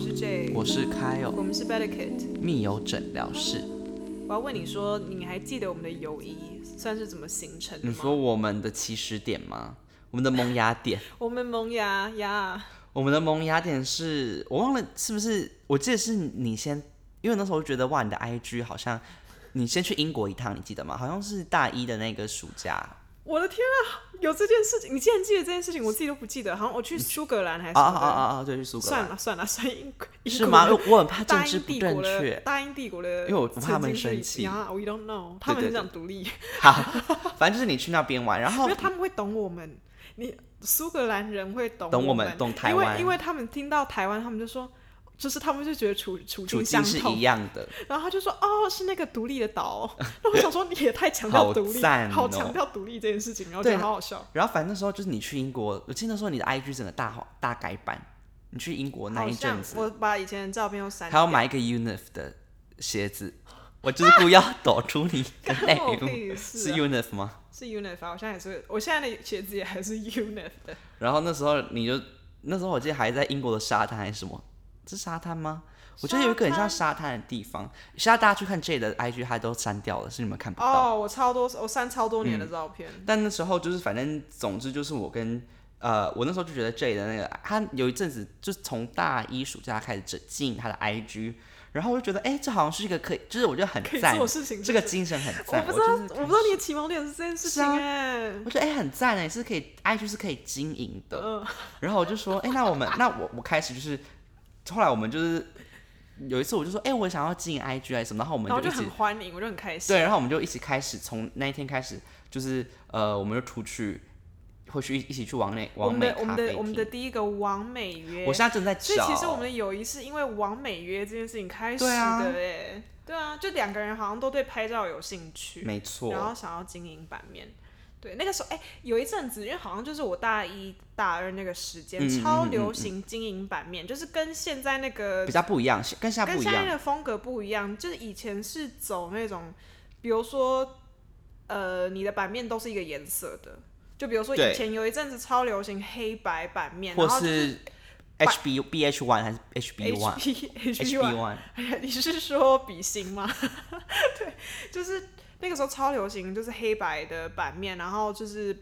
是 J，我是 Kyle，我们是 Better Kid。密友诊疗室。我要问你说，你还记得我们的友谊算是怎么形成的你吗？说我们的起始点吗？我们的萌芽点，我们萌芽呀，我们的萌芽点是我忘了是不是？我记得是你先，因为那时候觉得哇，你的 IG 好像你先去英国一趟，你记得吗？好像是大一的那个暑假我的天啊，有这件事情，你竟然记得这件事情，我自己都不记得。好像我去苏格兰还是啊什啊么的啊啊啊！对，去苏格算兰了算了，算英国英是国吗？的我我很怕政大治英不帝正国的确，大英帝国的曾经是，因为我不怕他们生气呀，We don't know，他们对很想独立，反正就是你去那边玩，然因 后为他们会懂我们。你苏格兰人会懂懂我我们懂台因湾为因为他们听到台湾，他们就说，就是他们就觉得处处处境相境是同一，样的。然后他就说：“哦，是那个独立的 岛。”那我想说，你也太强好调独立，赞哦好强调独立这件事情，然后觉对得好好笑。然后反正那时候就是你去英国，我记得那时候你的 IG 整个大好大改版，你去英国那好一阵像子，我把以前的照片都删还掉。要买一个 UNIF 的鞋子，我就是故意要抖出你的 内干我容，屁事是啊 UNIF 吗？是 UNIF，啊我现在也是，我现在的鞋子也还是 UNIF 的。然后那时候你就那时候我记得还在英国的沙滩还是什么，是沙滩吗？我觉得有一个很像沙滩的地方，现在大家去看 J 的 IG，他都删掉了，是你们看不到。哦，我超多，我删超多年嗯的照片。 但那时候就是，反正总之就是我跟呃，我那时候就觉得 J 的那个，他有一阵子就是从大一暑假开始只进他的 IG，然后我就觉得，哎、这好像是一个可以，就是我觉得很可以赞做，事情，这个精神很我赞。不知道，就我不是知道你的启蒙点是这件事情是啊哎、我觉得哎、很赞哎，是可以 IG 是可以经营的。嗯然后我就说，哎、那我们那我我开始就是，后来我们就是有一次我就说，哎、我想要经营 IG 还是什么，然后我们然后就就一起很欢迎，我就很开心。对，然后我们就一起开始从那一天开始，就是呃，我们就出去会去一一起去往美我往们美的我们咖啡的我们的厅。第一个王美约，我现在正在找，所以其实我们的友谊是因为王美约这件事情开始对的啊哎、对啊，就两个人好像都对拍照有兴趣，没然错，后想要经营版面。对，那个时候哎、有一阵子，因为好像就是我大一大二那个时间，嗯嗯嗯超嗯流嗯行经营版面，就是跟现在那个比较不一样，跟现在跟不一现在样。的风格不一样，就是以前是走那种，比如说，呃，你的版面都是一个颜色的，就比如说对以前有一阵子超流行黑白版面，或然后就是 HB BH one 还是 HB one HP HB HB one， one 哎 呀，你是说比心吗？ 对，就是那个时候超流行，就是黑白的版面，然后就是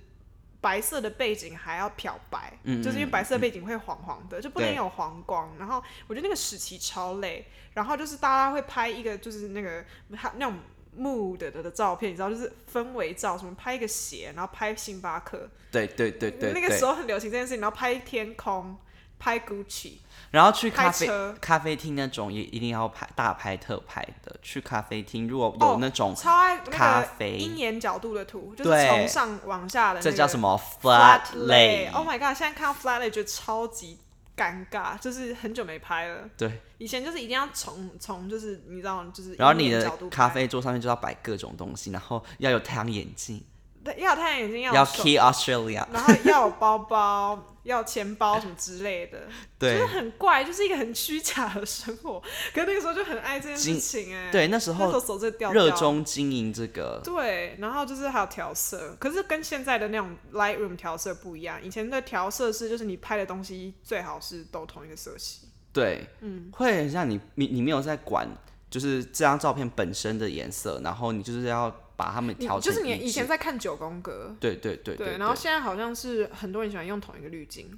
白色的背景还要漂白，嗯就是因嗯为白色背景会黄黄的，就不能有黄光。然后我觉得那个时期超累，然后就是大家会拍一个就是那个它那种。mood 的的照片，你知道，就是氛围照，什么拍一个鞋，然后拍星巴克，对对对对那个时对。候很流行这件事情，然后拍天空，拍 Gucci，然后去开咖啡车咖啡厅那种也一定要拍大拍特拍的。去咖啡厅如果哦有那种超爱那咖个啡鹰眼角度的图，就是对从上往下的、那个，这叫什么 flat 哦 lay？ lay？Oh my god！现在看到 flat lay 觉得超级尴尬，就是很久没拍了。对，以前就是一定要从从就是你知道就是然后鹰你眼的角度咖拍，啡桌上面就要摆各种东西，然后要有太阳眼镜，对，要有太阳眼镜，要要有手 Key Australia，然后要有包包，要有钱包什么之类的， 就是对很怪，就是一个很虚假的生活。可是那个时候就很爱这件事经情哎、对，那时那时候候手真的掉掉热了衷经营这个，对，然后就是还有调色，可是跟现在的那种 Lightroom 调色不一样。以前的调色是就是你拍的东西最好是都同一个色系。对，嗯，会很像你你你没有在管，就是这张照片本身的颜色，然后你就是要把它们你调成就是你一以前致在看九宫格，对对对对，然后现在好像是很多人喜欢用同一个滤镜。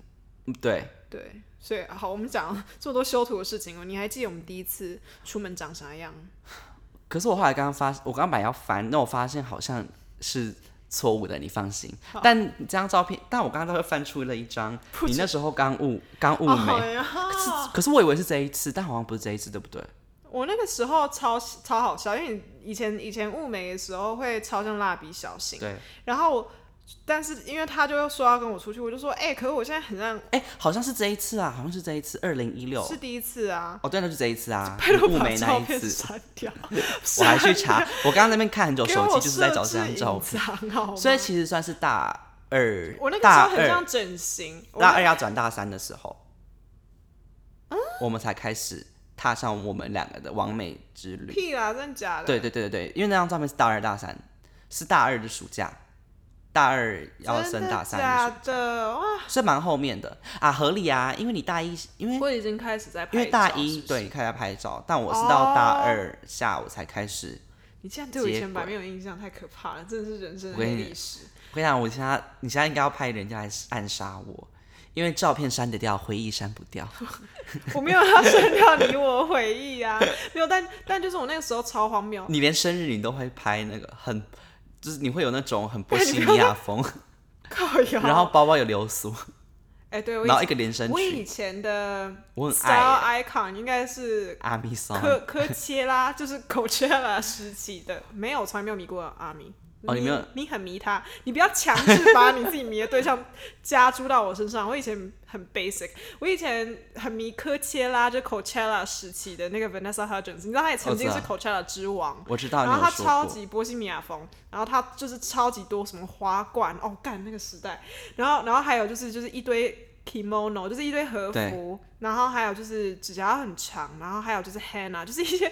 嗯对对，所以好，我们讲 了这么多修图的事情哦，你还记得我们第一次出门长啥样？可是我后来刚刚发，我刚刚本来要翻，那我发现好像是错误的，你放心。但这张照片，但我刚刚都翻出了一张，你那时候刚雾刚雾眉， 哎呀，可是可是我以为是这一次，但好像不是这一次，对不对？我那个时候超超好笑，因为以前以前雾眉的时候会超像蜡笔小新，对，然后，但是因为他就说要跟我出去，我就说，哎、可是我现在很让哎、好像是这一次啊，好像是这一次，二零一六。是第一次啊，哦，对，那就这一次啊，拍了雾把眉那照一片次，删掉， 我还去查，我刚刚在那边看很久给手机，我就是在找这设置张照 隐片，藏好吗所以其实算是大二，我那个时大候很二像整形，我啊大二要转大三的时候，我们才开始踏上我们两个的完美之旅。屁啦，真的假的？对对对对对，因为那张照片是大二大三，是大二的暑假，大二要真升的大三假的的哇，是蛮后面的啊，合理啊，因为你大一因为我已经开始在拍因为大一照是不是对，开始拍照，但我是到大哦二下午才开始。你竟然对我以接前轨版面有印象，太可怕了，真的是人生的我跟黑你历史。我跟你讲，我现在你现在应该要拍人家来暗杀我，因为照片删得掉，回忆删不掉。我没有要删掉你我回忆啊，没有，但但就是我那个时候超荒谬，你连生日你都会拍那个很，就是你会有那种很波哎你西不米 亚风，靠腰。然后包包有流苏，哎、对我以然后前一个连身我以裙，前的我很爱 style icon 应该是阿米桑。科 科切拉，就是 Coachella 时期的，没有，从来没有迷过阿米。哦你没有你很迷他，你不要强制把你自己迷的对 象加诸到我身上。我以前很 basic，我以前很迷科切拉，就 Coachella 时期的那个 Vanessa Hudgens，你知道她也曾经我是知 Coachella 之王。我知道然你后她有说超 过，级波西米亚风，然后她就是超级多什么花冠，哦干那个时代，然后然后还有就是就是一堆 kimono，就是一堆和服对，然后还有就是指甲很长，然后还有就是 henna，就是一些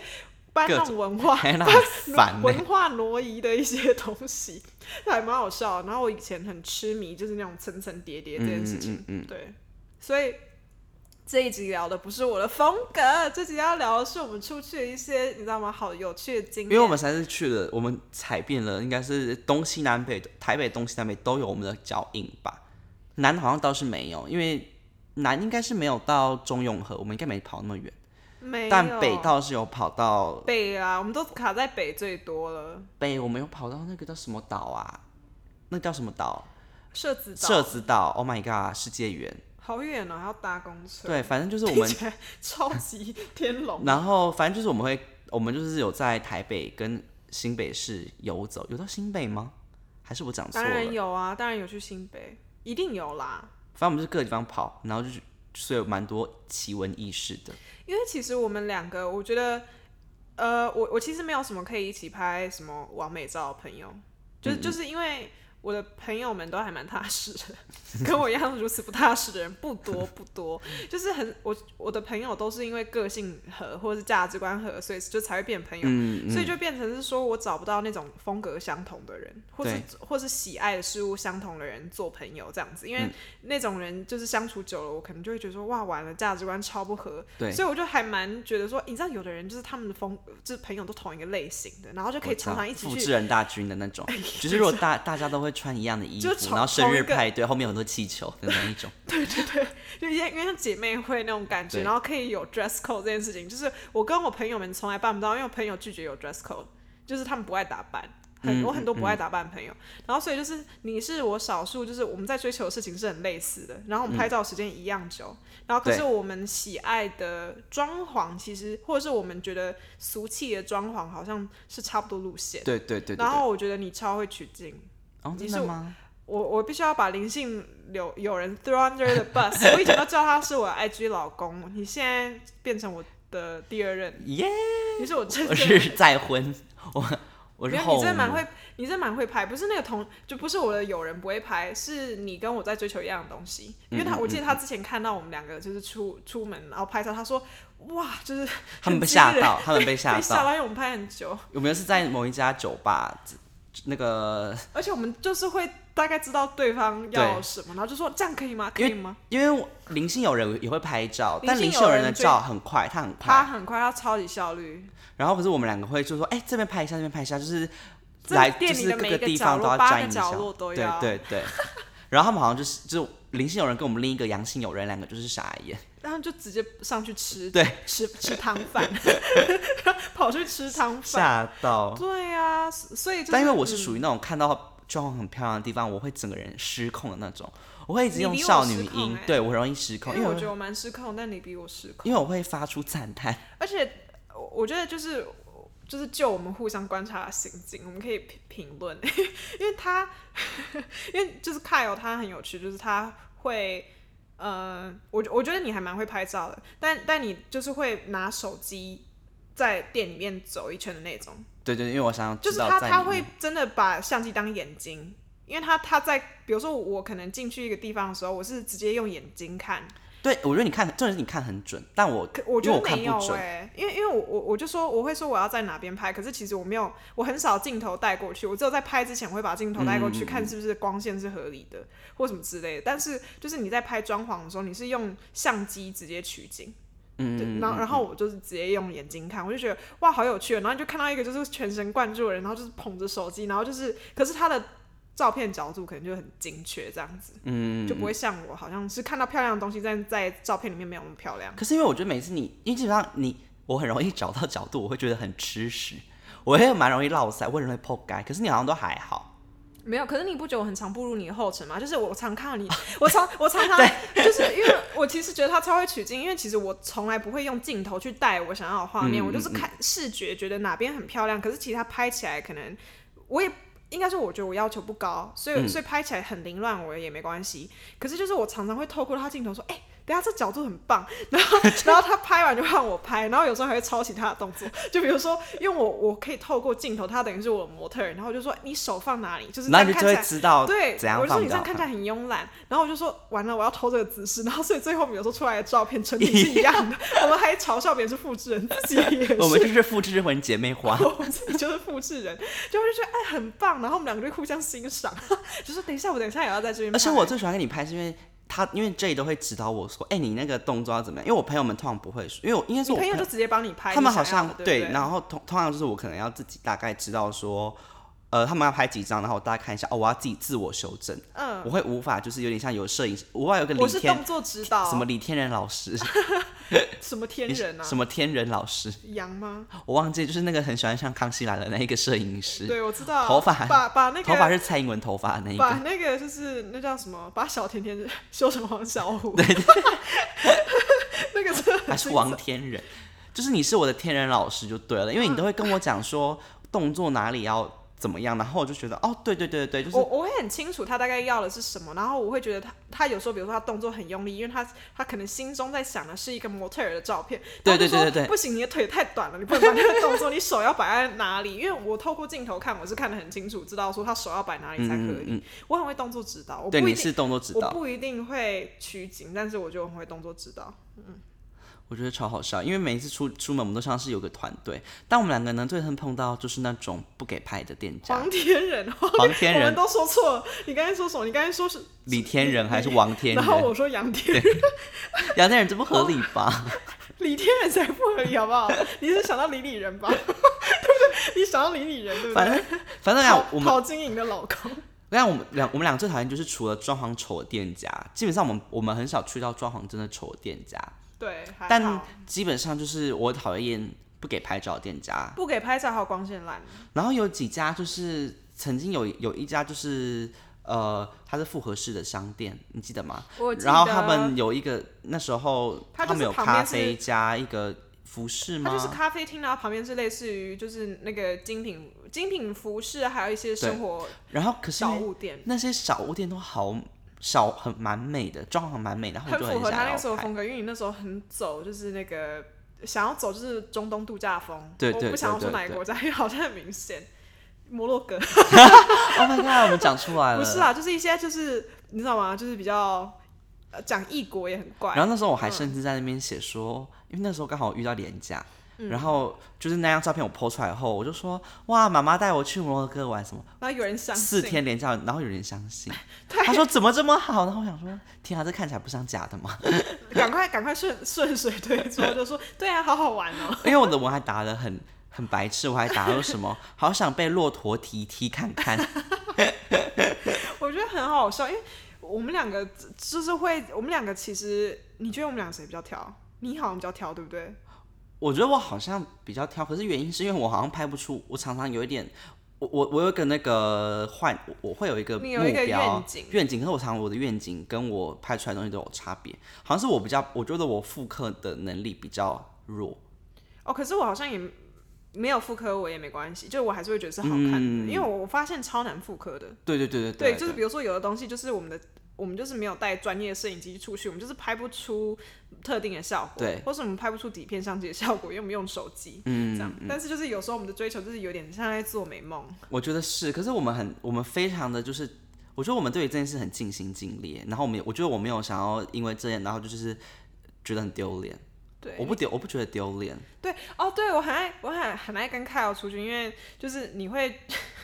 搬各弄文化 天哪，哎很烦欸呢、文化挪移的一些东西，还蛮好笑的。然后我以前很痴迷，就是那种层层叠叠这件事情。嗯嗯嗯对，所以这一集聊的不是我的风格，这集要聊的是我们出去的一些你知道吗？好有趣的经因验。为我们才是去了，我们踩遍了，应该是东西南北，台北东西南北都有我们的脚印吧。南好像倒是没有，因为南应该是没有到中永和，我们应该没跑那么远，没有但北倒是有跑到北啊，我们都卡在北最多了，北，我们有跑到那个叫什么岛啊？那叫什么岛？社子岛社子岛，Oh my god，世界园。好远哦，还要搭公车。对，反正就是我听们起来超级天龙。然后反正就是我们会，我们就是有在台北跟新北市游走，有到新北吗？还是我 讲错当了？然有啊，当然有去新北，一定有啦。反正我们就是各个地方跑，然后就是所以有蛮多奇闻异事的。因为其实我们两个，我觉得，呃，我我其实没有什么可以一起拍什么完美照的朋友，就是、嗯就是因为我的朋友们都还蛮踏实的，跟我一样如此不踏实的人不多不多，就是很我我的朋友都是因为个性合或是价值观合，所以就才会变朋友，嗯，所以就变成是说我找不到那种风格相同的人，或是对或是喜爱的事物相同的人做朋友这样子，因嗯为那种人就是相处久了，我可能就会觉得说哇完了价值观超不合，对所以我就还蛮觉得说，你知道有的人就是他们的风，就是朋友都同一个类型的，然后就可以我知道常常一起复去。哎制人大军的那种，就是如果大大家都会穿一样的衣就服，从然后生同一日个派对后面有很多气球的那一种，就因为因为像姐妹会那种感觉，对然后可以有 dress code 这件事情，就是我跟我朋友们从来办不到，因为我朋友拒绝有 dress code，就是他们不爱打扮。很嗯我很多不爱打扮的朋友，然后所以就是你是我少数，就是我们在追求的事情是很类似的，然后我们拍照时间一样久，嗯然后可是对我们喜爱的装潢其实或者是我们觉得俗气的装潢好像是差不多路线。对对对对对。然后我觉得你超会取经，哦，你真是的吗？我我必须要把灵性有有人 throw under the bus，我以前都叫他是我的 IG 老公，你现在变成我的第二任，耶！你是我真 我正是再婚，我我没是有后你真的母蛮会，你真的蛮会拍，不是那个同，就不是我的友人不会拍，是你跟我在追求一样的东西。因嗯为他，我记得他之前看到我们两个就是出出门然后拍照，他说哇，就是他们被很吓惊人到，他 们被吓被吓到。到，因为我们拍很久，我们是在某一家酒吧，那个而且我们就是会大概知道对方要对什么，然后就说这样可以吗？可以吗？因为我灵性友人也会拍照，灵但性灵友性友人人的最照很快，他很他快。很快，他超级效率，然后可是我们两个会就说，哎、这边拍一下，那边拍一下，就是这来就店里是的各每一个个地角方都落要八占个一角下落都对要对对。然后他们好像就是就灵性友人跟我们另一个阳性友人两个就是傻眼，然后就直接上去吃，对，吃吃汤饭，跑去吃汤饭。吓到。对啊，所以就是但因为我是嗯属于那种看到装潢很漂亮的地方，我会整个人失控的那种，我会一直你用比我少失女控音，欸对我容易失控，因因为为我我觉得我蛮失控，但你比我失控，因为我会发出赞叹。而且我我觉得就是就是就我们互相观察的心境，我们可以评评论，因为他因为就是 Kyle 他很有趣，就是他会。呃，我我觉得你还蛮会拍照的，但但你就是会拿手机在店里面走一圈的那种，对对，因为我想要就知是道他在他里面会真的把相机当眼睛，因为他他在比如说我可能进去一个地方的时候，我是直接用眼睛看，对，我觉得你看，重点是你看很准，但我可我因觉为我得看没有不准，哎、因为因为我我我就说我会说我要在哪边拍，可是其实我没有，我很少镜头带过去，我只有在拍之前我会把镜头带嗯过去、看是不是光线是合理的或什么之类的。但是就是你在拍装潢的时候，你是用相机直接取景，对，嗯，然后然后我就是直接用眼睛看，我就觉得哇好有趣哦，然后你就看到一个就是全神贯注的人，然后就是捧着手机，然后就是可是他的照片角度可能就很精确这样子，嗯，就不会像我好像是看到漂亮的东西，但在照片里面没有那么漂亮。可是因为我觉得每次你，因为基本上你，我很容易找到角度，我会觉得很吃屎，我也蛮容易落塞，我很容易破盖。可是你好像都还好，没有，可是你不觉得我很常步入你的后尘吗？就是我常看到你，我常我常常就是因为我其实觉得他超会取经，因为其实我从来不会用镜头去带我想要的画嗯面，我就是看视觉觉得哪边很漂亮，可是其实他拍起来可能我也。应该说，我觉得我要求不高，所以、嗯所以拍起来很凌乱，我也没关系。可是就是我常常会透过他镜头说，哎、等一下这角度很棒， 然 后然后他拍完就让我拍，然后有时候还会抄袭他的动作，就比如说，因为我我可以透过镜头，他等于是我的模特儿，然后我就说你手放哪里，就是这样然后你看就起会来。知道对，怎样我就说放你比这较样看起好。来很慵懒，然后我就说完了，我要偷这个姿势， 然后所以最后我们有时候出来的照片成品是一 样的，我们还嘲笑别人是复制人，自己也是，我们就是复制这魂姐妹花，我们自己就是复制人，就我就觉得哎很棒，然后我们两个就互相欣赏， 就说等一下我等一下也要在这边拍，而且我最喜欢跟你拍是因为。他因为 J 都会指导我说，哎、你那个动作要怎么样？因为我朋友们通常不会说，因为我应该是你我朋友就直接帮你拍你想要他的，们好像对不对然后通通常就是我可能要自己大概知道说，呃，他们要拍几张，然后我大概看一下，哦，我要自己自我修正，嗯，我会无法就是有点像有摄影师，无法有个李我是天动作指导，什么李天然老师，什么天你是人啊，什么天人老师，羊吗？我忘记，就是那个很喜欢上康熙来了那一个摄影师，对，我知道，头发把把那个头发是蔡英文头发的那一把个，那个就是那叫什么，把小甜甜 修成黄小虎， 那个是 还是王天人，就是你是我的天人老师就对了，因为你都会跟我讲说动作哪里要怎么样，然后我就觉得哦，对对对对，就是我我会很清楚他大概要的是什么，然后我会觉得他他有时候，比如说他动作很用力，因为他他可能心中在想的是一个模特儿的照片，对然后就对对说对对不行，你的腿太短了，你不能把那个动作，你手要摆在哪里？因为我透过镜头看，我是看得很清楚，知道说他手要摆哪里才可以。我很会动作指导，我不嗯对一你定是动作指我导。不一定会取景，但是我就很会动作指导。我觉得超好笑，因为每一次出出门，我们都像是有个团队，但我们两个呢，最恨碰到就是那种不给拍的店 家，黄天人，黄天我们人、都说错了。你刚才说什么？你刚才说是，李天人还是王天然后人？ 我说杨天人杨天人这不合理吧？李天人才不合理，好不好？你 是想到李李人吧？ 对不对？你想到李李人，对不反对？正反正陶啊，我们陶晶莹的老公，我想我们两我们俩最讨厌就是除了装潢丑的店家，基本上我们我们很少去到装潢真的丑的店家，对，还但好基本上就是我讨厌不给拍照的店家，不给拍照，还有光线烂。然后有几家就是曾经有有一家就是呃，它是复合式的商店，你记得吗？我然后他们有一个那时候它他就是们有旁咖边啡加一个服饰它吗？就是咖啡厅，然后旁边是类似于就是那个精品精品服饰，还有一些生活然后可是小物店，那些小物店都好少，很蛮美的，装潢蛮美，然后我很就符合他想那要个时候的拍。风格，因为你那时候很走就是那个想要走就是中东度假风，对我对不想要说对对哪个对国家，因为好像很明显，摩洛哥。 Oh my god！我们讲出来了。 不是啊，就是一些就是你知道吗？就是比较呃讲异国也很怪然，后那时候我还嗯甚至在那边写说，因为那时候刚好遇到廉价，嗯然后就是那张照片我 po 出来后，我就说哇，妈妈带我去摩洛哥玩什么然后有人相信四，天廉价，然后有人相 信，他说怎么这么好？然后我想说，天啊，这看起来不像假 的嘛，赶快赶快顺顺水推舟，就说对啊，好好玩哦。 因为我的文还打的很很白痴，我还打了什么好想被骆驼踢踢看看，我觉得很好笑，因为我们两个就是会，我们两个其实你觉得我们两个谁比较挑？你好像比较挑，对不对？我觉得我好像比较挑，可是原因是因为我好像拍不出，我常常有一点，我我我有一个那个幻，我我会有一个目你有一个标愿景愿景，可是我常常我的愿景跟我拍出来的东西都有差别，好像是我比较，我觉得我复刻的能力比较弱，哦，可是我好像也没有复刻，我也没关系，就我还是会觉得是好看的，嗯因为我发现超难复刻的。对对对对对，对，就是比如说有的东西，就是我们的，我们就是没有带专业摄影机出去，我们就是拍不出特定的效果，对或是我们拍不出底片相机的效果，因为我们用手机，嗯，这样。但是就是有时候我们的追求就是有点像在做美梦，我觉得是，可是我们很，我们非常的就是，我我觉得我们对于这件事很尽心尽力，然后我们也我觉得我没有想要因为这样，然后就是觉得很丢脸。对，我不丢，我不觉得丢脸。对哦，对我很爱，我很很爱跟 Kyle 出去，因为就是你会，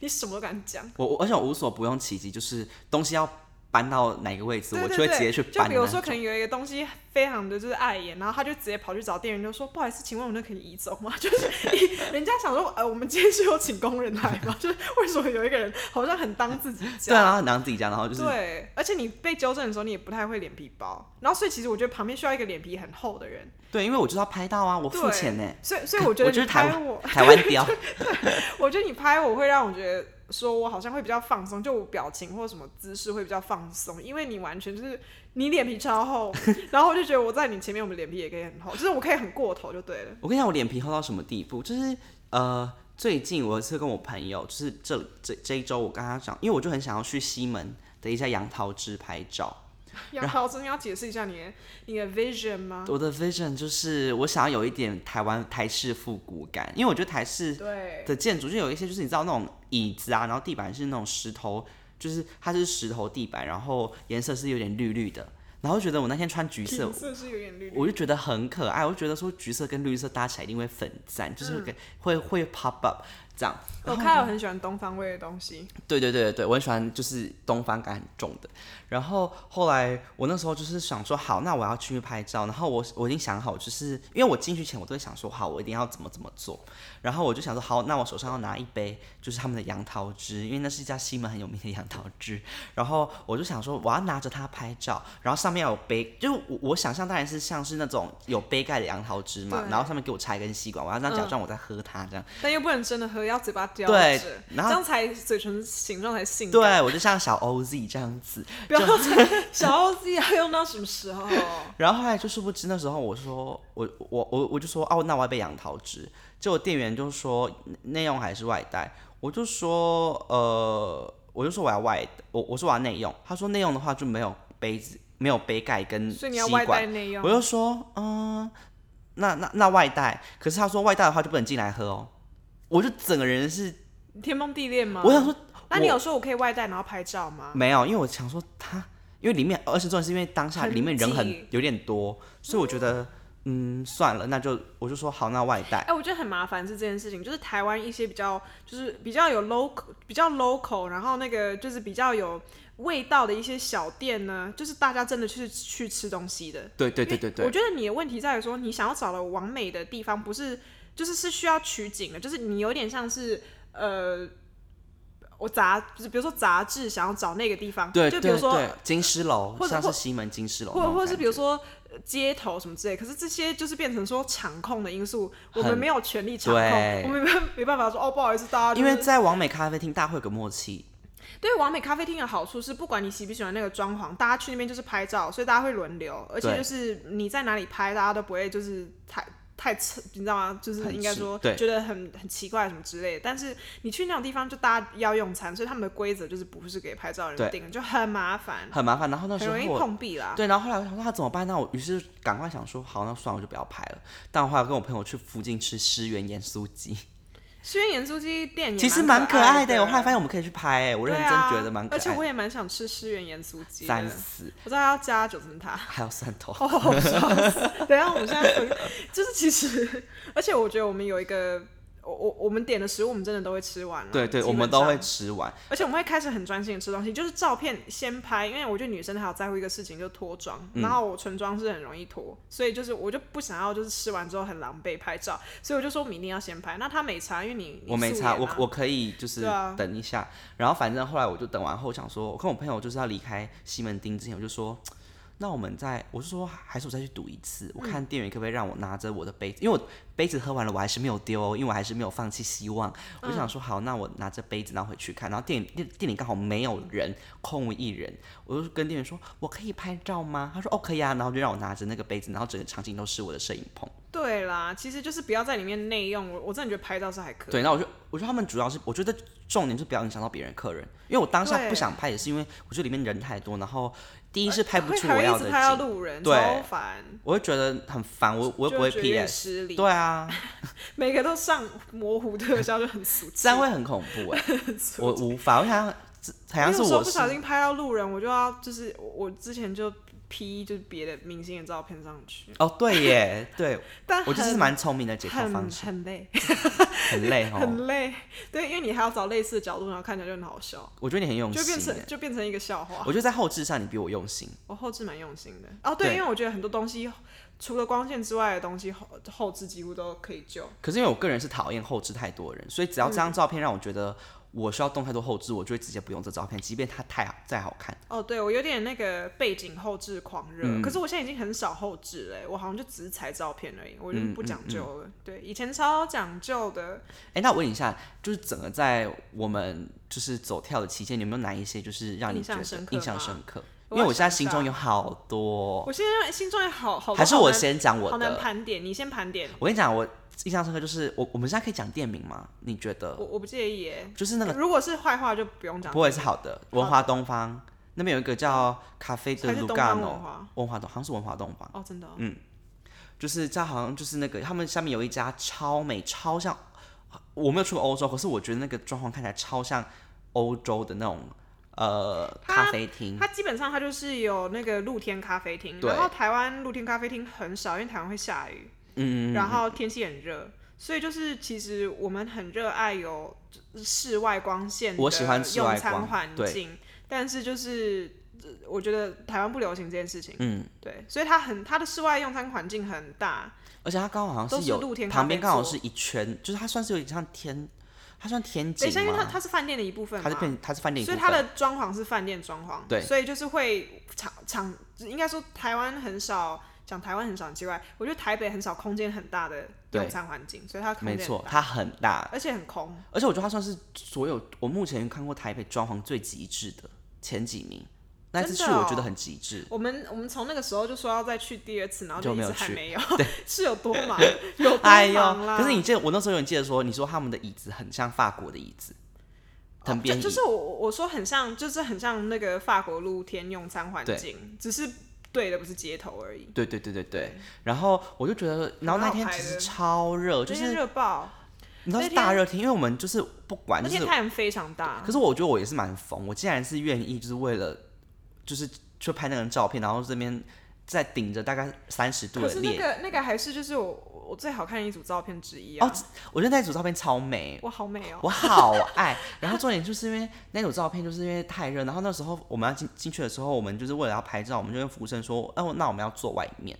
你什么都敢讲。我我而且我无所不用其极，就是东西要搬到哪个位置，对对我就会对，直接去就搬。比如说，可能有一个东西非常的就是碍眼，然后他就直接跑去找店员，就说：“不好意思，请问我那可以移走吗？” 就是你人家想说，呃，我们今天是有请工人来吗？ 就是为什么有一个人好像很当自己对家？啊，然后拿自己家，然后就是对，而且你被纠正的时候，你也不太会脸皮薄，然后所以其实我觉得旁边需要一个脸皮很厚的人，对，因为我就是要拍到啊，我付对钱呢、所以所以我觉得我就是你台拍湾我，台湾雕， 我觉得你拍我会让我觉得说我好像会比较放松，就我表情或什么姿势会比较放松，因为你完全就是你脸皮超厚，然后我就觉得我在你前面，我们脸皮也可以很厚，就是我可以很过头就对 了。我跟你讲，我脸皮厚到什么地步？就是呃，最近我有一次跟我朋友，就是这这这一周，我跟他讲，因为我就很想要去西门的一家杨桃汁拍照。杨桃真的要解释一下你的你的 vision 吗？我的 vision 就是我想要有一点台湾台式复古感，因为我觉得台式对，的建筑就有一些就是你知道那种椅子啊，然后地板是那种石头，就是它是石头地板，然后颜色是有点绿绿的，然后觉得我那天穿橘色颜，色是有点绿绿。我就觉得很可爱，我就觉得说橘色跟绿色搭起来一定会粉赞，就是会、会会 pop up 这样。我看到很喜欢东方味的东西，对对对对，我很喜欢就是东方感很重的。然后后来我那时候就是想说，好，那我要去拍照。然后我我已经想好，就是因为我进去前我都会想说，好，我一定要怎么怎么做。然后我就想说，好，那我手上要拿一杯就是他们的杨桃汁，因为那是一家西门很有名的杨桃汁。然后我就想说，我要拿着它拍照，然后上面要有杯，就是我我想象当然是像是那种有杯盖的杨桃汁嘛，对然后上面给我插一根吸管，我要这样假装我在喝它这样。但又不能真的喝，要嘴巴叼对着，这然后样才嘴唇形状才性感。对，我就像小 OZ 这样子，不要再小欧自己要用到什么时 候？然后后来就殊不知那时候我说我我我我就说哦，那我要杯杨桃汁。结果店员就说内用还是外带，我就说呃，我就说我要外，我我说我要内用。他说内用的话就没有杯子，没有杯盖跟所吸以你要外带管。内用嗯我。就说嗯、那那那外带。可是他说外带的话就不能进来喝哦。我就整个人是，天崩地裂吗？我想说，那你我有说我可以外带然后拍照吗？没有，因为我想说他，因为里面，而且重点是因为当下很里面人很挤有点多，所以我觉得，嗯，算了，那就我就说好，那外带哎、。我觉得很麻烦是这件事情，就是台湾一些比较就是比较有 local 比较 local，然后那个就是比较有味道的一些小店呢，就是大家真的去去吃东西的。对对对对我对，觉得你的问题在于说，你想要找的完美的地方不是就是是需要取景的，就是你有点像是呃。我杂就是比如说杂志想要找那个地方，对就比如对说对，金狮楼或，者像或是西门金狮楼那或种感觉，或是比如说呃街头什么之类，可是这些就是变成说场控的因素，我们很没有权利场控，对我们没办没办法说哦，不好意思，大家、就因是、为在完美咖啡厅，大家会有个默契，对完美咖啡厅的好处是，不管你喜不喜欢那个装潢，大家去那边就是拍照，所以大家会轮流，而且对就是你在哪里拍，大家都不会就是太。太刺，你知道吗？就是很应该刺说，对觉得很很奇怪什么之类的。但是你去那种地方，就大家要用餐，所以他们的规则就是不是给拍照的对人定的，就很麻烦，很麻烦。然后那很时候容易我碰壁啦。对，然后后来我想说他怎么办？那我于是赶快想说，好，那算了，我就不要拍了。但我后来跟我朋友去附近吃诗园盐酥鸡，虽然盐酥鸡店也其实蛮可爱爱的。我后来发现我们可以去拍，哎我认对真啊觉得蛮可而且爱我的。也蛮想吃诗园盐酥鸡的，三思，我知道要加九层 塔。还有蒜头，哦，好笑死！等一下，我们现在分，就是其实，而且我觉得我们有一个，我我我们点的食物，我们真的都会吃完了。对对，啊基我们本都上会，吃完。而且我们会开始很专心的吃东西，就是照片先拍，因为我觉得女生还有在乎一个事情，就是脱妆。嗯然后我唇妆是很容易脱，所以就是我就不想要就是吃完之后很狼狈拍照，所以我就说我们一定要先拍。那他没差，因为你你我没素差，颜我啊我可以就是对啊等一下，然后反正后来我就等完后想说，我跟我朋友就是要离开西门町之前，我就说，那我们再，我就说还是我再去赌一次，我嗯看店员可不可以让我拿着我的杯子，因为我杯子喝完了，我还是没有丢哦，因为我还是没有放弃希望，我嗯就想说好，那我拿着杯子然后回去看，然后店店店里刚好没有人，空无一人，我就跟店员说，我可以拍照吗？他说哦可以啊，然后就让我拿着那个杯子，然后整个场景都是我的摄影棚。对啦，其实就是不要在里面内用。我我真的觉得拍照是还可以。对，那我就我觉得他们主要是，我觉得重点是不要影响到别人客人，因为我当下对呃不想拍，也是因为我觉得里面人太多，然后第一是拍不会出还我会要一的直拍到景，路人，对超烦，我会觉得很烦，我我又就不会觉得有点 PS，失礼。对啊，每个都上模糊特效就很俗气，欸这样会很恐怖哎、我无法，我想这好像是因为有时候不我是小心拍到路人，我就要就是我我之前就 P 就是别的明星的照片上去，哦，对耶，对但我就是很蛮聪明的解套很方式，很累，很累哦。 很累，对，因为你还要找类似的角度，然后看起来就很好笑，我觉得你很用就变心耶成，就变成一个笑话。我觉得在后置上你比我用心。我后置蛮用心的哦，对，对因为我觉得很多东西除了光线之外的东西后后置几乎都可以救。可是因为我个人是讨厌后置太多的人，所以只要这嗯张照片让我觉得我需要动太多后置，我就会直接不用这照片，即便它太好再好看。哦，对，我有点那个背景后置狂热，嗯可是我现在已经很少后置了，我好像就只是裁照片而已，我嗯就不讲究了。对，以前超讲究的，哎，那我问一下，就是整个在我们就是走跳的期间，有没有哪一些就是让你印觉象得深刻印象吗深刻？我因为要我现在想一心下中有好多，我现在心中有好好多还是好我难先讲我好难的。盘点，你先盘点，我跟你讲，我印象深刻就是我我们现在可以讲店名吗？你觉得我？我不介意耶。呃就是那个如果是坏话就不用讲，不会是好的，文华东方那边有一个叫咖啡的还是卢东嘎方文诺，化文华东好像是文华东方，哦，真的哦、就是这好像就是那个他们下面有一家超美超像，我没有去过欧洲，可是我觉得那个装潢看起来超像欧洲的那种呃它咖啡厅，它基本上它就是有那个露天咖啡厅，对然后台湾露天咖啡厅很少，因为台湾会下雨，嗯，然后天气很热，所以就是其实我们很热爱有室外光线的我喜欢室外用光餐环对境，但是就是呃我觉得台湾不流行这件事情，嗯，对，所以它很它的室外用餐环境很大，而且它刚好好都像是有露天咖啡旁边刚好座是一圈，就是它算是有点像天，它算天等井一下，因为它吗？它是饭店的一部分它是嘛。变它是饭店一所以部它分的装潢是饭店装潢，对所以就是会场场应该说台湾很少讲台湾很少很奇怪，我觉得台北很少空间很大的对用餐环境，所以它空没间错，很大它很大，而且很空，而且我觉得它算是所有我目前看过台北装潢最极致的前几名。那次去真的哦我觉得很极致，我们我们从那个时候就说要再去第二次，然后就就一没有直还去 没有， 是有多忙， 有多哎呦忙啦。！可是你记得我那时候有记得说，你说他们的椅子很像法国的椅子，藤编就哦椅，就是我我说很像，就是很像那个法国露天用餐环对境，只是对的不是街头而已。对对对对对。然后我就觉得，然后那很天好拍其的实超热，就那天是热爆，你知道那是天大热天，因为我们就是不管那就是天太阳非常大可。是我觉得我也是蛮疯，我竟然是愿意就是为了就是去拍那张照片，然后这边再顶着大概三十度可的是那烈个那个还是就是我我最好看的一组照片之一啊！哦，我觉得那组照片超美。哇，好美哦！我好爱，然后重点就是因为那组照片，就是因为太热，然后那时候我们要进进去的时候，我们就是为了要拍照，我们就跟服务生说，哦，那我们要坐外面。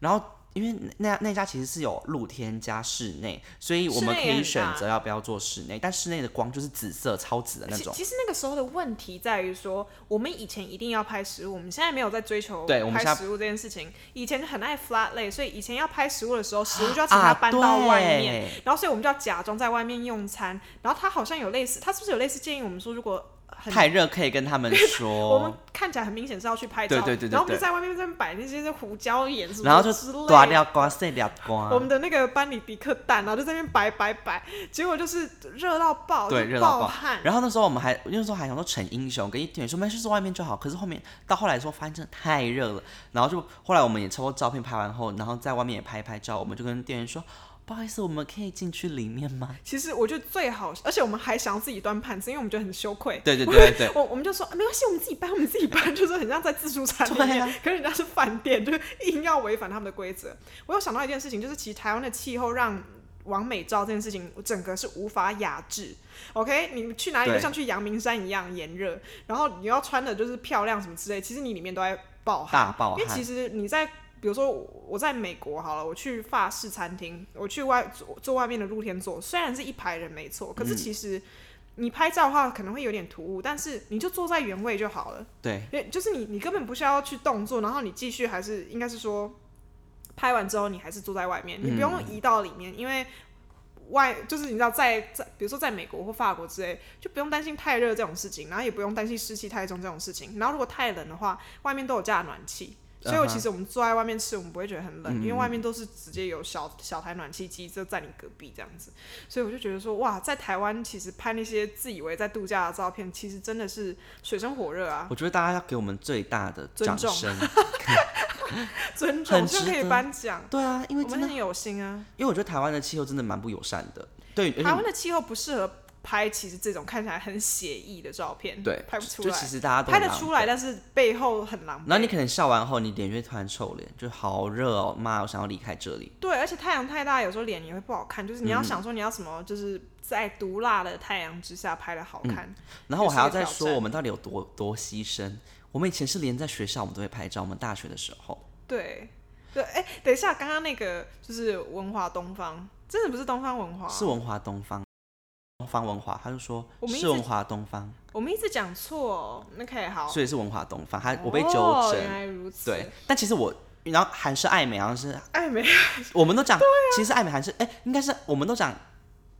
然后因为那那家其实是有露天加室内，所以我们室可内也以很选大择要不要做室内，但室内的光就是紫色超紫的那其种。其实那个时候的问题在于说，我们以前一定要拍食物，我们现在没有在追求对我们现拍在食物这件事情。以前很爱 flat lay，所以以前要拍食物的时候，食物就要请啊，他搬到外面，对然后所以我们就要假装在外面用餐。然后他好像有类似，他是不是有类似建议我们说，如果很太热可以跟他 们我们说，看起来很明显是要去拍照，对对对对然后我们对就在外面在那边摆那些胡椒盐什么，然后就之类刮的掉刮碎掉刮。我们的那个班尼迪克蛋，然后就在那边摆摆摆，结果就是热到爆，对就热到爆汗。然后那时候我们还那时候还想说逞英雄，跟一点说没事坐外面就好。可是后面到后来说发现真的太热了，然后就后来我们也抽过照片拍完后，然后在外面也拍一拍照，我们就跟店员说。不好意思，我们可以进去里面吗？其实我觉得最好，而且我们还想要自己端盘子，因为我们觉得很羞愧。 对对对对对，我我们就说啊没关系，我们自己搬，我们自己搬，就是很像在自助餐里对面，啊可是人家是饭店，就是硬要违反他们的规则。我有想到一件事情，就是其实台湾的气候让王美照这件事情整个是无法雅致。OK，你去哪里对就像去阳明山一样炎热，然后你要穿的就是漂亮什么之类，其实你里面都在爆汗。大爆因为汗其，实你在，比如说我在美国好了，我去法式餐厅，我去外坐坐外面的露天座，虽然是一排人没错，嗯可是其实你拍照的话可能会有点突兀，但是你就坐在原位就好了。对，因为就是你你根本不需要去动作，然后你继续还是应该是说，拍完之后你还是坐在外面，你不嗯用移到里面，因为。外就是你知道在在比如说在美国或法国之类，就不用担心太热这种事情，然后也不用担心湿气太重这种事情。然后如果太冷的话，外面都有加暖气，所以我嗯哼嗯其实我们坐在外面吃，我们不会觉得很冷，因为外面都是直接有小小台暖气机就在你隔壁这样子。所以我就觉得说，哇，在台湾其实拍那些自以为在度假的照片，其实真的是水深火热啊。我觉得大家要给我们最大的掌尊重声。尊重，很就值可以得颁奖。对啊，因为我真们的，很有心啊，因为我觉得台湾的气候真的蛮不友善的。对，而且台湾的气候不适合拍其实这种看起来很写意的照片，对，拍不出就来其，实大家都拍很得狼出狈来，但是背后很狼然后狈。你可能笑完后，你脸就会突然臭脸，就好热哦，妈，我想要离开这里。对，而且太阳太大，有时候脸也会不好看。就是你要想说你要什么，就是在毒辣的太阳之下拍的好看。然后我也是还要一个再挑说，战我们到底有多多牺牲。我们以前是连在学校我们都会拍照，我们大学的时候，对，对，哎、等一下，刚刚那个就是文华东方，真的不是东方文华，是文华东方，方文华，他就说啊我们一是直文华东方，我们一直讲错、哦。OK，好，所以是文华东方，他我被纠哦正原。来如此。对，，但其实我，然后韩式爱美好像 是哎，没我们都讲，其实爱美韩式，哎、应该是我们都讲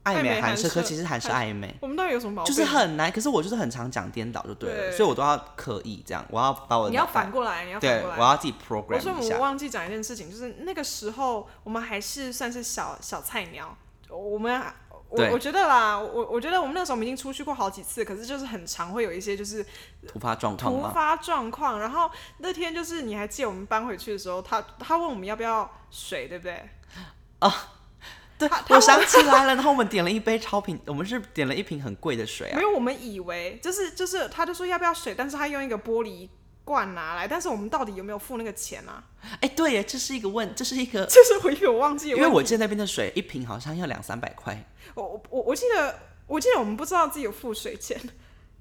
爱啊爱美美韩韩式，可式其实韩式韩爱美。我们到底有什么毛就病？是很难，可是我就是很常讲颠倒就对了，对所以我都要刻意这样，我要把我的你要脑袋反过来，你要反对，过我来。要自己我说 program 一我下。忘记讲一件事情，就是那个时候我们还是算是小小菜鸟，我们。我对我觉得啦，我我觉得我们那时候我们已经出去过好几次，可是就是很常会有一些就是突发状况突吗？发状况。然后那天就是你还记得我们搬回去的时候，他他问我们要不要水，对不对？对他，他我想起来了，然后我们点了一杯超瓶，我们是点了一瓶很贵的水啊没，有，我们以为就是就是，他就说要不要水，但是他用一个玻璃罐拿来，但是我们到底有没有付那个钱啊？ 哎，对耶，这是一个问，这是一个，就是我以为我忘记因了，为我记得那边的水一瓶好像要两三百块，我我我我记得我记得我们不知道自己有付水钱，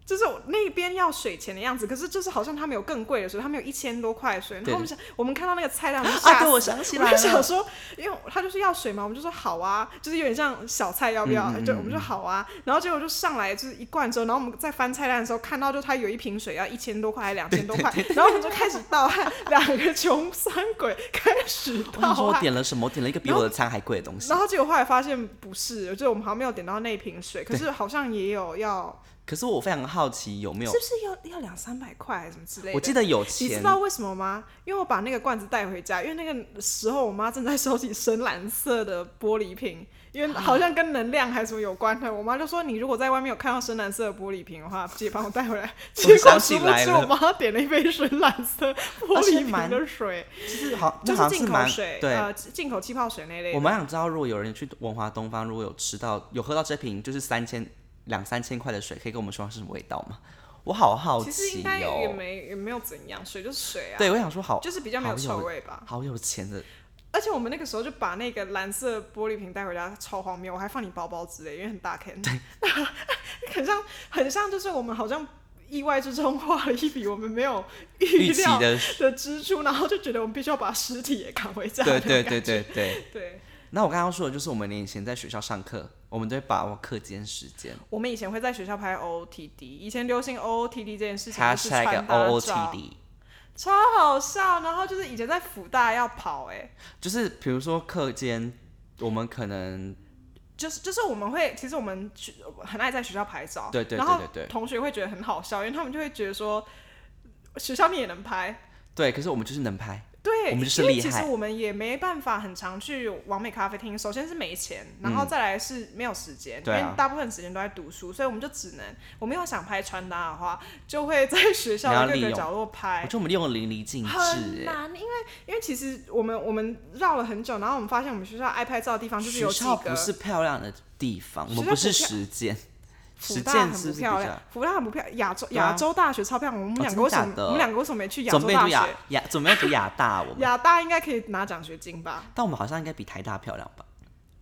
就是我那边要水钱的样子，可是就是好像他们有更贵的水，他们有一千多块的水，然后对我们想我们看到那个菜单，我们就吓啊，对，死我想 起我来们就想了，说，因为他就是要水嘛，我们就说好啊，就是有点像小菜要不要？嗯嗯就嗯我们就好啊，然后结果就上来就是一罐之后，然后我们在翻菜单的时候看到，就他有一瓶水要一千多块还两千多块，然后我们就开始盗汗， 两个穷酸鬼开始啊我盗想说我汗。点了什么，我点了一个比我的餐还贵的东西然，后结果后来发现不是，就是我们好像没有点到那瓶水，可是好像也有要，可是我非常好奇有没是有不，是要要两三百块还是什么之类的？我记得有你知钱，道为什么吗？因为我把那个罐子带回家，因为那个时候我妈正在收集深蓝色的玻璃瓶，因啊为好像跟能量还是什么有关的。我妈就说，你如果在外面有看到深蓝色的玻璃瓶的话，记得帮我带回来。结果想殊起不来知，了我妈点了一杯深蓝色玻而且璃瓶蛮的水，就是好，就那好像进口蛮水，对，呃，进口气泡水那类的。我蛮想知道，如果有人去文华东方，如果有吃到有喝到这瓶就是三千两三千块的水，可以跟我们说它是什么味道吗？我好好其实应奇该也哦。没也没有怎样，水就是水啊，对，我想说好，就是比较没有好有臭味吧。好有钱 的，而且我们那个时候就把那个蓝色玻璃瓶带回家，超荒谬，我还放你包包之类，因为很 大坑， 很像很像就是我们好像意外之中花了一笔我们没有预期料的，的支出，然后就觉得我们必须要把尸体也扛回 家。对对对对对。对， 那我刚刚说的就是我们以前在学校上课，我们都会把握课间时间我们以前会在学校拍 OOTD，以前流行 OOTD 这件事情就是，#hashtag 穿搭照 OOTD，超好笑。然后就是以前在辅大要跑、欸，就是比如说课间，我们可能就是就是我们会，其实我们去很爱在学校拍照，对对然后对对对同学会觉得很好笑，因为他们就会觉得说学校你也能拍，对，可是我们就是能拍，对，我们就是因为厉其实害我们也没办法很常去完美咖啡厅，首先是没钱，然后再来是没有时间，嗯对啊因为大部分时间都在读书，所以我们就只能，我们要想拍穿搭的话，就会在学校你要的各利个用角落我拍觉。得我们利用的淋漓尽很致，哎难，因为因为其实我们我们绕了很久，然后我们发现我们学校爱拍照的地方就是学有几校个不是漂亮的地方，我学们校不是不漂实 践，福实大践很是不不是比漂亮较？，福大很不漂亮。亚洲对啊亚洲大学超漂亮，我们哦两真个的为什假么的我们两个为什么没去亚准洲备大读亚学？亚，准备要读亚 大，我们，亚大应该可以拿奖学金吧？但我们好像应该比台大漂亮吧？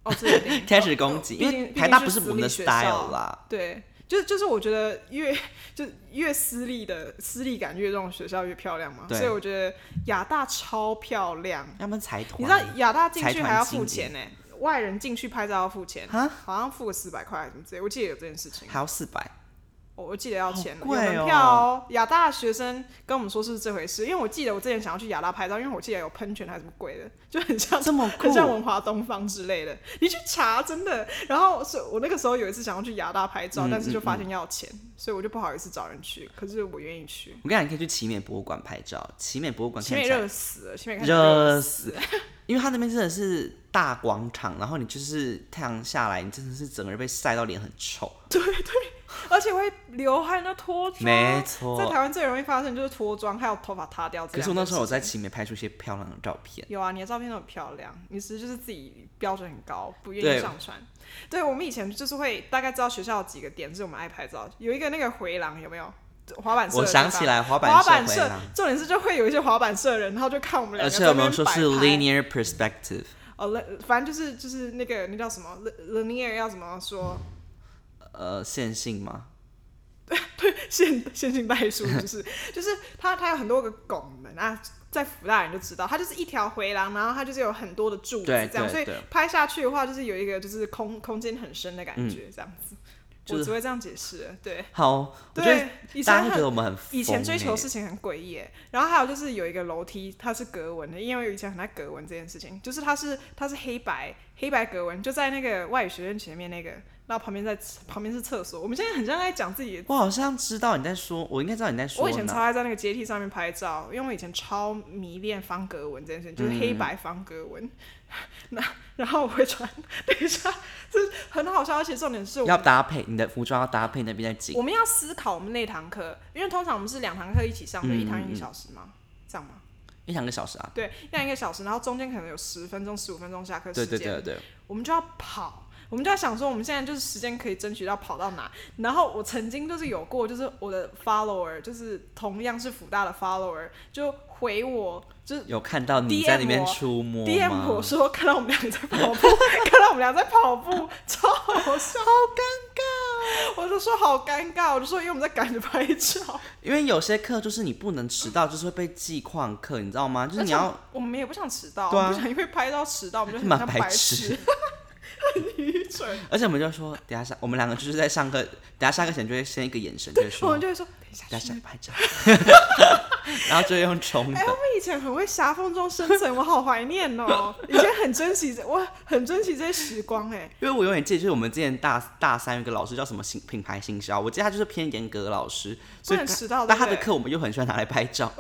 哦，这一定开始攻击，毕因竟为毕竟台大是不是私我们的立学校 style 啦。对，就是就是我觉得越就越私立的私立感越重，学校越漂亮嘛。对所以我觉得亚大超漂亮。要不然财团，你知道亚大进财去团还要经付营钱呢、外人进去拍照要付钱，啊好像付个四百块还是什么之类，我记得有这件事情。还要四百，我我记得要钱，好有贵门哦票哦。亚大学生跟我们说是这回事，因为我记得我之前想要去亚大拍照，因为我记得有喷泉还是什么鬼的，就很像这么很酷，像文华东方之类的。你去查真的。然后是我那个时候有一次想要去亚大拍照，嗯但是就发现要钱，所以我就不好意思找人去。可是我愿意去，我跟你讲，你可以去奇美博物馆拍照，奇美博物馆前看面起来热死了，前面看热死。死，因为它那边真的是大广场，然后你就是太阳下来，你真的是整个人被晒到脸很臭。而而且会流汗都脱妆。没在错。台湾最容易发生就是脱妆，还有头发塌掉这可两件事情。是我那时候有在奇美拍出一些漂亮的照片，有啊，你的照片都很漂亮，你是就是自己标准很高，不愿对意上传。对我们以前就是会大概知道学校有几个点是我们爱拍照，有一个那个回廊有没有？滑板社，我想起，来滑滑板板社回社廊，，重点是就会有一些滑板社的人，然后就看我们两个而且在那我边们说是摆拍 linear perspective，哦，li- 反正就是就是那个那叫什么 l i n e a r 要怎么说呃，线性吗？线线性代数， 就是就是它它有很多个拱门啊，在福大人就知道，它就是一条回廊，然后它就是有很多的柱子对这样，对所以对拍下去的话就是有一个就是空空间很深的感觉这样子。嗯就是我只会这样解释，对好，我觉得对，以大前家会觉得很。我们很以前疯追求欸事情很诡异欸，然后还有就是有一个楼梯，它是格纹的，因为我以前很爱格纹这件事情，就是它是它是黑白黑白格纹，就在那个外语学院前面那个，然后旁边在旁边是厕所。我们现在很像在讲自己的我好像知道你在说，我应该知道你在说我以前超哪。爱在那个阶梯上面拍照，因为我以前超迷恋方格纹这件事情，嗯就是黑白方格纹。 那然后我会穿，等一下，就是很好笑，而且重点是我要们搭配你的服装，要搭配那边的景我。们要思考我们那堂课，因为通常我们是两堂课一起上的，嗯一堂嗯一嗯个小时嘛，这样吗？一两个小时啊，对，一堂一个小时，然后中间可能有十分钟、十五分钟下课时对间，对对对，我们就要跑，我们就要想说，我们现在就是时间可以争取到跑到哪。然后我曾经就是有过，就是我的 follower，就是同样是福大的 follower，就回我，就是有看到你在里面出没 DM 我吗？说看到我们俩在跑步， 看到我们俩在跑步，超好笑，好哦尴尬。我就说好尴尬，我就说因为我们在赶着拍照，因为有些课就是你不能迟到，就是会被记旷课，你知道吗？就是你而且要我们也不想迟到，对啊我们不想因为拍照迟到，我们就很蛮像白白痴，痴，很愚蠢。 而且我们就说，等一下下我们两个就是在上课，等一下下课前就会先一个眼神，就会我说们就会说等一下等一去下下拍照， 然后就会用冲哎、我的，们以前很会狭缝中生存，我好怀念 哦。以前很珍惜这，我很珍惜这些时光哎。因为我永远记得就是我们之前大大三有个老师叫什么行品牌行销，我记得他就是偏严格的老师，所以不能迟到但对不他的对课我们又很喜欢拿来拍照，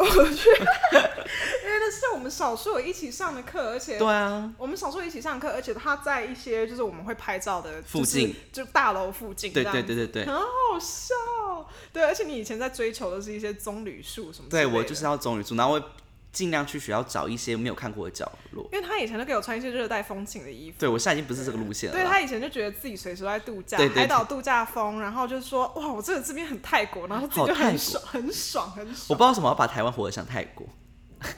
因为那是我们少数有一起上的课，而且对啊，我们少数有一起上课，而且他在一些就是我们会拍照的附近，就是、就大楼附近，对对，对对对。很好笑。哦对，而且你以前在追求的是一些棕榈树什么之类对的，我就是要棕榈树，然后我会尽量去学校找一些没有看过的角落。因为他以前都给我穿一些热带风情的衣服。对我现在已经不是这个路线了对啦。他以前就觉得自己随时都在度假，对对对海岛度假风，然后就说哇，我这个这边很泰国，然后自己好就泰国很爽，很爽，很爽我。不知道为什么要把台湾活得像泰国，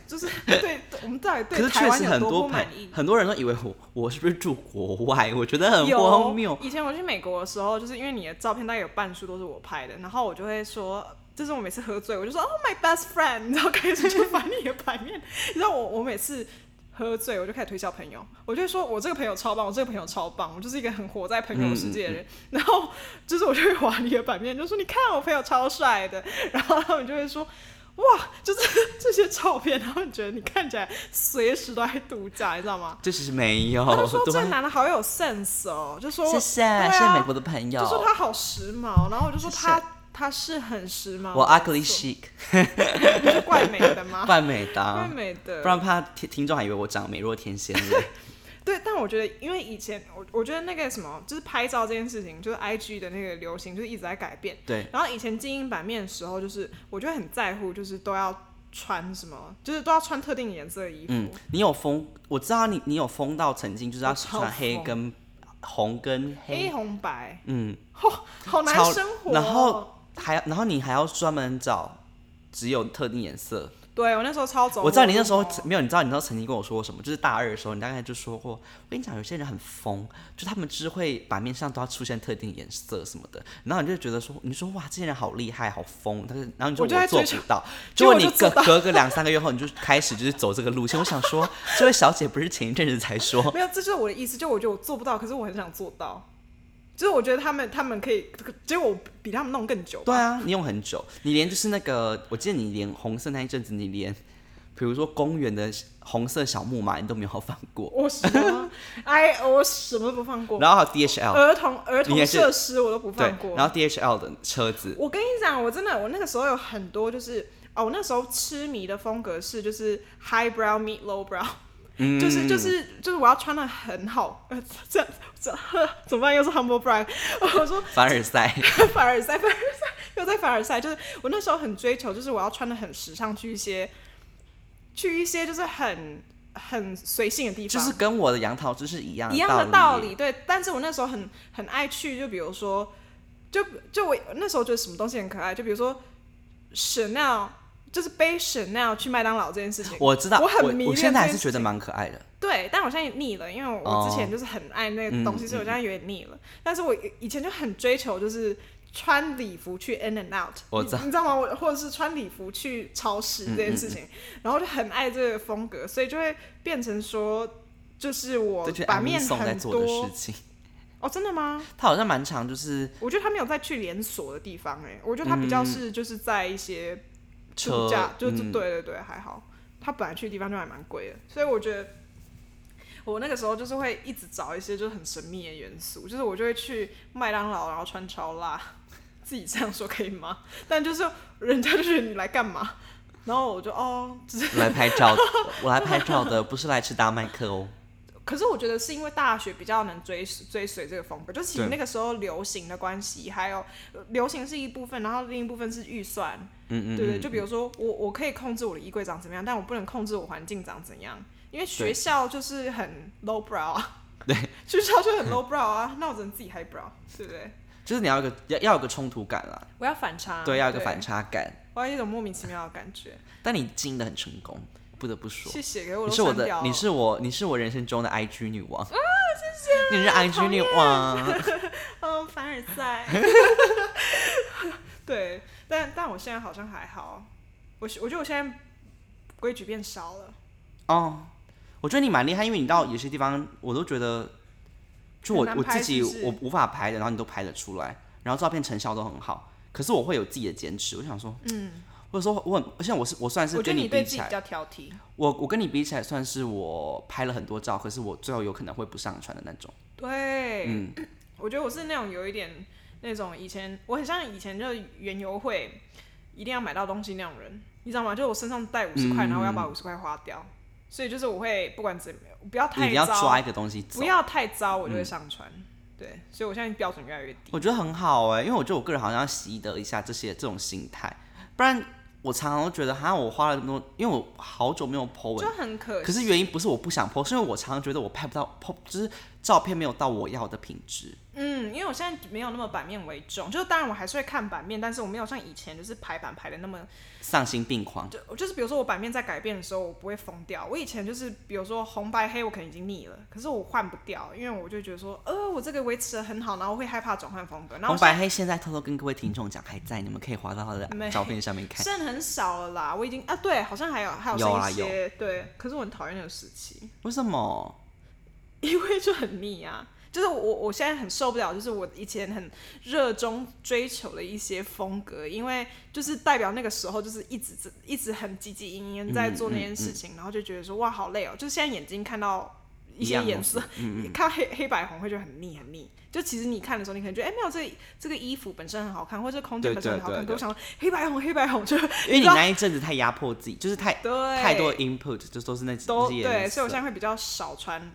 就是对我们到底可是对台确湾实有很多不朋满意？很多人都以为我我是不是住国外，我觉得很荒有谬。以前我去美国的时候，就是因为你的照片大概有半数都是我拍的，然后我就会说，就是我每次喝醉，我就说 Oh my best friend，然后开始就翻你的版面。你知道我我每次喝醉，我就开始推销朋友，我就会说我这个朋友超棒，我这个朋友超棒，我就是一个很活在朋友世界的嗯人。 然后就是我就会划你的版面，就说你看我朋友超帅的，然后他们就会说。哇，就是 这些照片，他们觉得你看起来随时都在度假，你知道吗？这其实没有他就，说哦对这吧？男的好有 sense 哦，就说谢谢、对啊谢谢美国的哦朋就说友，他好时髦，然后我就说谢谢他他是很时髦，我 ugly 是 chic 怪美的 吗？扮美的怪啊，美的，不然怕听听众还以为我长美若天仙嘞。对，但我觉得，因为以前我我觉得那个什么，就是拍照这件事情，就是 I G 的那个流行，就是一直在改变。 对。然后以前精英版面的时候，就是我就会很在乎，就是都要穿什么，就是都要穿特定颜色的衣服。嗯，你有疯，我知道你你有疯到曾经就是要哦我超穿黑疯跟红跟黑红白，嗯， 好难超生活哦、然后还要，然后你还要专门找只有特定颜色。对我那时候超走火入魔，我知道你那时候没有，你知道你那时候曾经跟我说什么？就是大二的时候，你大概就说过，我跟你讲，有些人很疯，就他们只会版面上都要出现特定颜色什么的。然后你就觉得说，你说哇，这些人好厉害，好疯。但是然后你说我就在做追不求 到，结结果果我你就隔做到隔个两三个月后，你就开始就是走这个路线。我想说，这位小姐不是前一阵子才说， 没有，这就是我的意思，就我觉得我做不到，可是我很想做到。就是我觉得他们他们可以，结果我比他们弄更久吧。对啊，你用很久，你连就是那个，我记得你连红色那一阵子，你连比如说公园的红色小木马，你都没有放过。我什么？ 哎，我什么都不放过。然后还有 DHL，儿童儿你也童是设施我都不对放过，。然后 DHL 的车子，我跟你讲，我真的，我那个时候有 很多就是，哦，我那时候痴迷的风格是就是 high brow meet low brow，嗯就是就是就是我要穿的很好，呃，这样这呵怎么办？又是 humble brag，我 说凡尔赛， 凡尔赛，凡尔赛，又在凡尔赛。就是我那时候很追求，就是我要穿的很时尚，去一些去一些就是很很随性的地就方，是跟我的杨桃汁是一样一样的的道。理。对，但是我那时候很很爱去，就比如说，就就我那时候觉得什么东西很可爱，就比如说 Chanel，就是背 Chanel 去麦当劳这件事情。我知道，我我很迷我恋现在还这件是觉事得情蛮可爱的。对，但我现在也腻了，因为我之前就是很爱那个东西，哦嗯所以我现在有点腻了。但是我以以前就很追求，就是穿礼服去 in and out，我你知道嗯你知道吗？我或者是穿礼服去超市这件事情，然后就很爱这个风格，所以就会变成说，就是我这就是把安妮面颂在很做的多事情，哦，真的吗？她好像蛮常就是我觉得他没有再去连锁的地方、哎，我觉得他嗯比较是就是在一些车度假，就是、嗯对对对，还好。他本来去的地方就还蛮贵的，所以我觉得我那个时候就是会一直找一些就是很神秘的元素，就是我就会去麦当劳，然后穿超辣，自己这样说可以吗？ 但就是人家就觉得你来干嘛，然后我就哦，只是来拍 照的，我来拍照的，不是来吃大麦克哦。可是我觉得是因为大学比较能追追随这个风格，就是其实对那个时候流行的关系，还有呃流行是一部分，然后另一部分是预算，嗯嗯，对对，嗯就比如说我我可以控制我的衣柜长怎么样，但我不能控制我环境长怎样，因为学校就是很 low brow 啊， 对，学校就很 low brow 啊，那我只能自己 high brow，对不对？就是你要有一个要要有一个冲突感啦，我要反差，啊对，要有一个反，差感。我要一种莫名其妙的感觉。但你经营的很成功，不得不说，谢谢，给我你都是我删的掉，你是我，你是我人生中的 IG 女王啊！谢谢，啊你是 IG 女王，嗯凡尔 赛，对，但但我现在好像还好，我是我觉得我现在规矩变少了，哦，我觉得你蛮厉害，因为你到有些地方我都觉得，就我很难我拍自己是不是我无法拍的，然后你都拍得出来，然后照片成效都很好，可是我会有自己的坚持，我想说，嗯，或者说我很像我是我算是我觉得跟你对比自起己来嗯比，较挑剔，我我跟你比起来算是我拍了很多照，可是我最后有可能会不上传的那种，对，嗯，我觉得我是那种有一点那种以前我很像以前就是园游会一定要买到东西那种人，你知道吗？就是我身上带五十块，嗯然后我要把五十块花掉，所以就是我会不管怎么样，不要你一太定要糟，抓一个嗯东西走不。要太糟，我就会上传。对，所以我现在标准越来越低。我觉得很好哎、因为我觉得我个人好像要习得一下这些这种心态，不然我常常都觉得，哈，我花了那么多，因为我好久没有 po 文就，很可惜，可是原因不是我不想 po，是因为我常常觉得我拍不到 po，就是照片没有到我要的品质。嗯，因为我现在没有那么版面为重，就是当然我还是会看版面，但是我没有像以前就是排版排的那么丧心病狂，就就是比如说我版面在改变的时候，我不会疯掉。我以前就是比如说红白黑，我可能已经腻了，可是我换不掉，因为我就觉得说，呃，我这个维持的很好，然后会害怕转换风格。然后红我现白黑现在偷偷跟各位听众讲还在，你们可以滑到他的没照片上面在看。剩很少了啦，我已经啊，对，好像还有还有有剩啊一些，对。可是我很讨厌那个时期，为什么？因为就很腻啊。就是我我现在很受不了，就是我以前很热衷追求的一些风格，因为就是代表那个时候就是一直一直很汲汲营营在做那件事嗯情，然后就觉得说哇好累哦，就是现在眼睛看到一些样颜东色西，嗯嗯，看黑黑白红会觉得很腻很腻。就其实你看的时候，你可能觉得哎、没有这个这个衣服本身很好看，或者这个空间对本身很对好看。对可我想说黑白红黑白红就因为你知道那一阵子太压迫自己，就是太对太多 input，就都是那几都那些颜对，所以我色现在会比较少穿，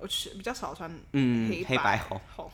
我去比较少穿嗯黑黑白白红 红，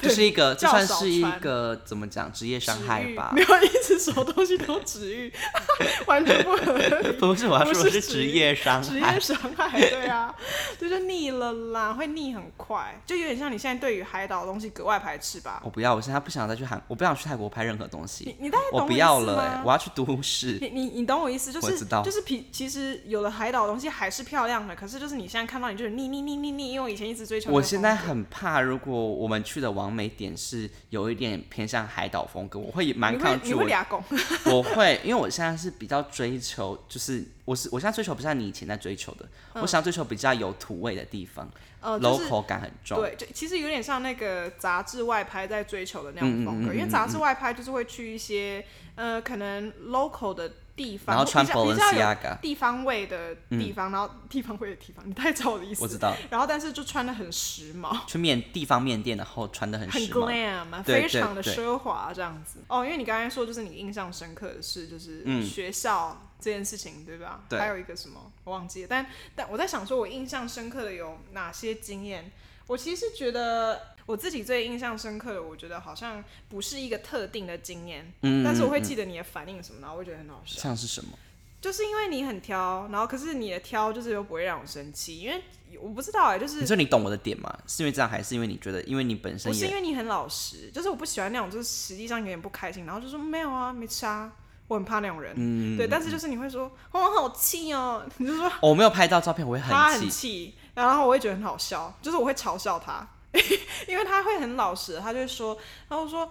这是一个，这较算少是一穿个怎么讲职业伤指害欲吧没？有一直什么东西都指欲， 完全不合理。不是，我要不是说的是职职业业伤职害业。伤害，对啊，就是腻了啦，会腻很快，就有点像你现在对于海岛的东西格外排斥吧。我不要，我现在不想再去韩，我不想去泰国拍任何东你西，你大概懂我我不意要思了、欸吗，我要去都市。你你你懂我意思，就我是知道就是皮，其实有的海岛的东西还是漂亮的，可是就是你现在看到你就是腻腻腻腻腻，因为我以前一直追求那个我风格。现在很怕，如果我们去的完美点是有一点偏向海岛风格，我会蛮你抗会拒你我会。俩拱，我会，因为我现在是比较追求，就是我是我现在追求不像你以前在追求的，我想要追求比较有土味的地方、呃， l o 嗯就 c 是 a l 感很重。对，就其实有点像那个杂志外拍在追求的那嗯种风格，因为杂志外拍就是会去一些呃可能 local 的地方，然后或穿比较比较有 Balenciaga，地方味的地方，然后地方味的地方，你太知道我的意我思。知道，然后但是就穿的很时髦。去面地方面店，然后穿的很很时髦。 glam，啊对非常的对奢华这样子。哦，因为你刚才说就是你印象深刻的事，就是学校这件事情，对吧？嗯对还有一个什么我忘记了，但但我在想，说我印象深刻的有哪些经验？我其实觉得我自己最印象深刻的，我觉得好像不是一个特定的经验，嗯，但是我会嗯嗯记得你的反应什么，然后我会觉得很好笑。像是什么？就是因为你很挑，然后可是你的挑就是又不会让我生气，因为我不知道哎、就是你说你懂我的点吗？是因为这样，还是因为你觉得，因为你本身不是因也为你很老实，就是我不喜欢那种，就是实际上有点不开心，然后就说没有啊，没差，我很怕那种人。嗯，对，但是就是你会说，哦，好气哦，你就说哦我没有拍到照片，我会他很很气。气，然后我会觉得很好笑，就是我会嘲笑他， 因为他会很老实，他就会说，然后我说，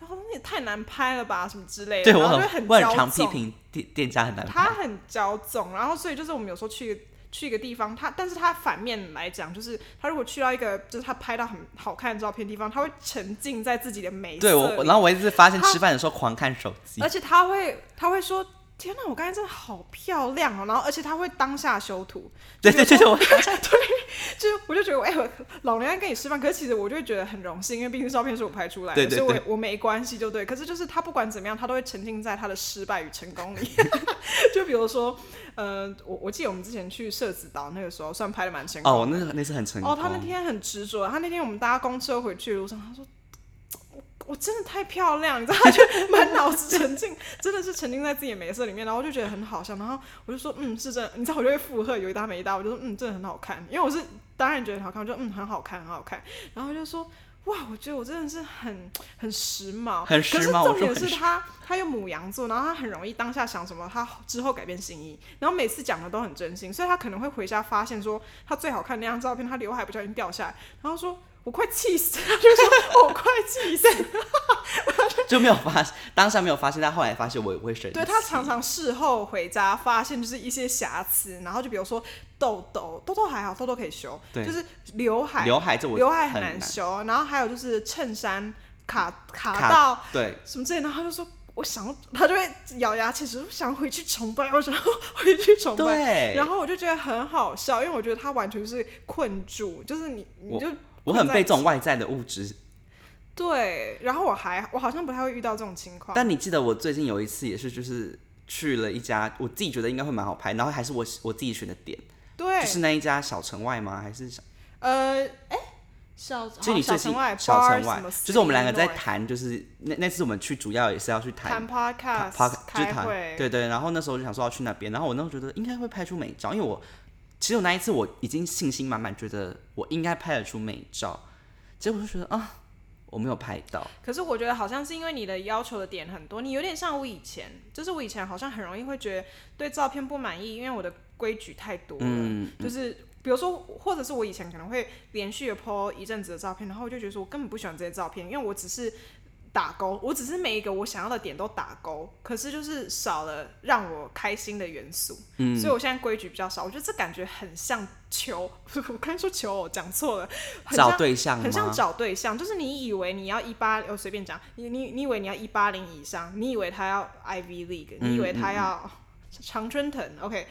他说你也太难拍了吧，什么之类的，对我然后就很，我很很骄常批纵，评店店家很难拍他。很骄纵，然后所以就是我们有时候去。去一个地方，他但是他反面来讲，就是他如果去到一个就是他拍到很好看的照片的地方，他会沉浸在自己的美色对我，我然后我一直发现他吃饭的时候狂看手机而，且他会他会说：“天哪，我刚才真的好漂亮哦！”然后而且他会当下修图，对对对对，我就是我就觉得，哎、我老娘跟你吃饭，可是其实我就会觉得很荣幸，因为毕竟照片是我拍出来的，对对所以我我没关系，就对。可是就是他不管怎么样，他都会沉浸在他的失败与成功里。 就比如说，呃，我我记得我们之前去社子岛那个时候，算拍的蛮成功的哦，我那个那次很成功。哦，他那天很执着，他那天我们搭公车回去的路上，他说。我我真的太漂亮，你知道，他就满脑子沉浸，真的是沉浸在自己的美色里面，然后我就觉得很好笑，然后我就说，嗯，是真的，你知道，我就会附和有一搭没一搭，我就说，嗯，真的很好看，因为我是当然觉得很好看，我就嗯，很好看，很好看，然后他就说，哇，我觉得我真的是很很时髦，很时可是重髦我说点很是时他他又母羊座，然后他很容易当下想什么，他之后改变心意，然后每次讲的都很真心，所以他可能会回家发现说，他最好看那张照片，他刘海不小心掉下来，然后说。我快气死了！他 就说我快气死了。就没有发，当下没有发现，但后来发现我也会生气。对他常常事后回家发现就是一些瑕疵，然后就比如说痘痘，痘痘还好，痘痘可以修，对就是刘海，刘海这我刘海很很难修，然后还有就是衬衫卡卡卡到对，什么之类的，然后他就说我想要，他就会咬牙切齿，我想回去崇拜，我想要 回去崇拜。对，然后我就觉得很好笑，因为我觉得他完全是困住，就是你你就我很被这种外在的物质。对，然后我还我好像不太会遇到这种情况，但你记得我最近有一次也是，就是去了一家，我自己觉得应该会蛮好拍，然后还是我我自己选的点，对，就是那一家小城外吗？还是小呃，哎，小就好你小最近城外，小 bar 城什外么，就是我们两个在 Illinois 谈，就是那那次我们去主要也是要去谈谈 podcast，趴就是开谈会，对对，然后那时候就想说要去那边，然后我那时候觉得应该会拍出美照，因为我其实我那一次我已经信心满满，觉得我应该拍得出美照，结果就觉得啊，我没有拍到，可是我觉得好像是因为你的要求的点很多，你有点像我以前，就是我以前好像很容易会觉得对照片不满意，因为我的规矩太多了，嗯，就是。比如说，或者是我以前可能会连续的 po 一阵子的照片，然后我就觉得说我根本不喜欢这些照片，因为我只是打勾，我只是每一个我想要的点都打勾，可是就是少了让我开心的元素，嗯、所以我现在规矩比较少。我觉得这感觉很像求， 我刚才说求偶讲错了，很像找对象吗？很像找对象，就是你以为你要一八，哦我随便讲，你你你以为你要一八零以上，你以为他要 Ivy League，、你以嗯为他要常春藤，OK，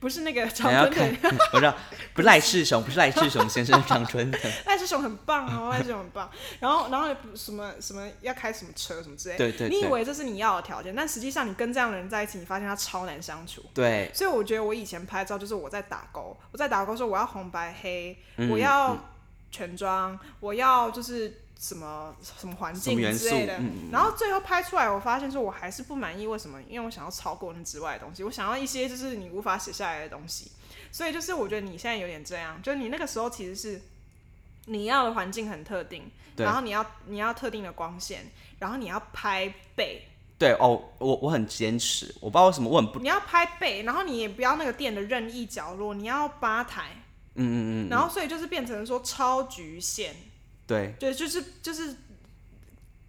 不 是那个常还哎要春看藤，， 不是不是赖世雄，不是赖世雄先生 长春藤，赖世雄很棒哦，赖世雄很棒。然后然后什么什么要开什么车什么之类，对对你以对为这是你要的条件，但实际上你跟这样的人在一起，你发现他超难相处。对，所以我觉得我以前拍照就是我在打勾，我在打勾说我要红白黑，嗯我要全妆，我要就是什么什么环什境么元之素类的。嗯然后最后拍出来，我发现说我还是不满意，为什么？因为我想要超过那之外的东西，我想要一些就是你无法写下来的东西。所以就是我觉得你现在有点这样，就是你那个时候其实是你要的环境很特定，对然后你要你要特定的光线，然后你要拍背，对哦，我我很坚持，我不知道为什么我很不，你要拍背，然后你也不要那个店的任意角落，你要吧台，嗯嗯嗯，然后所以就是变成说超局限，对对，就是就是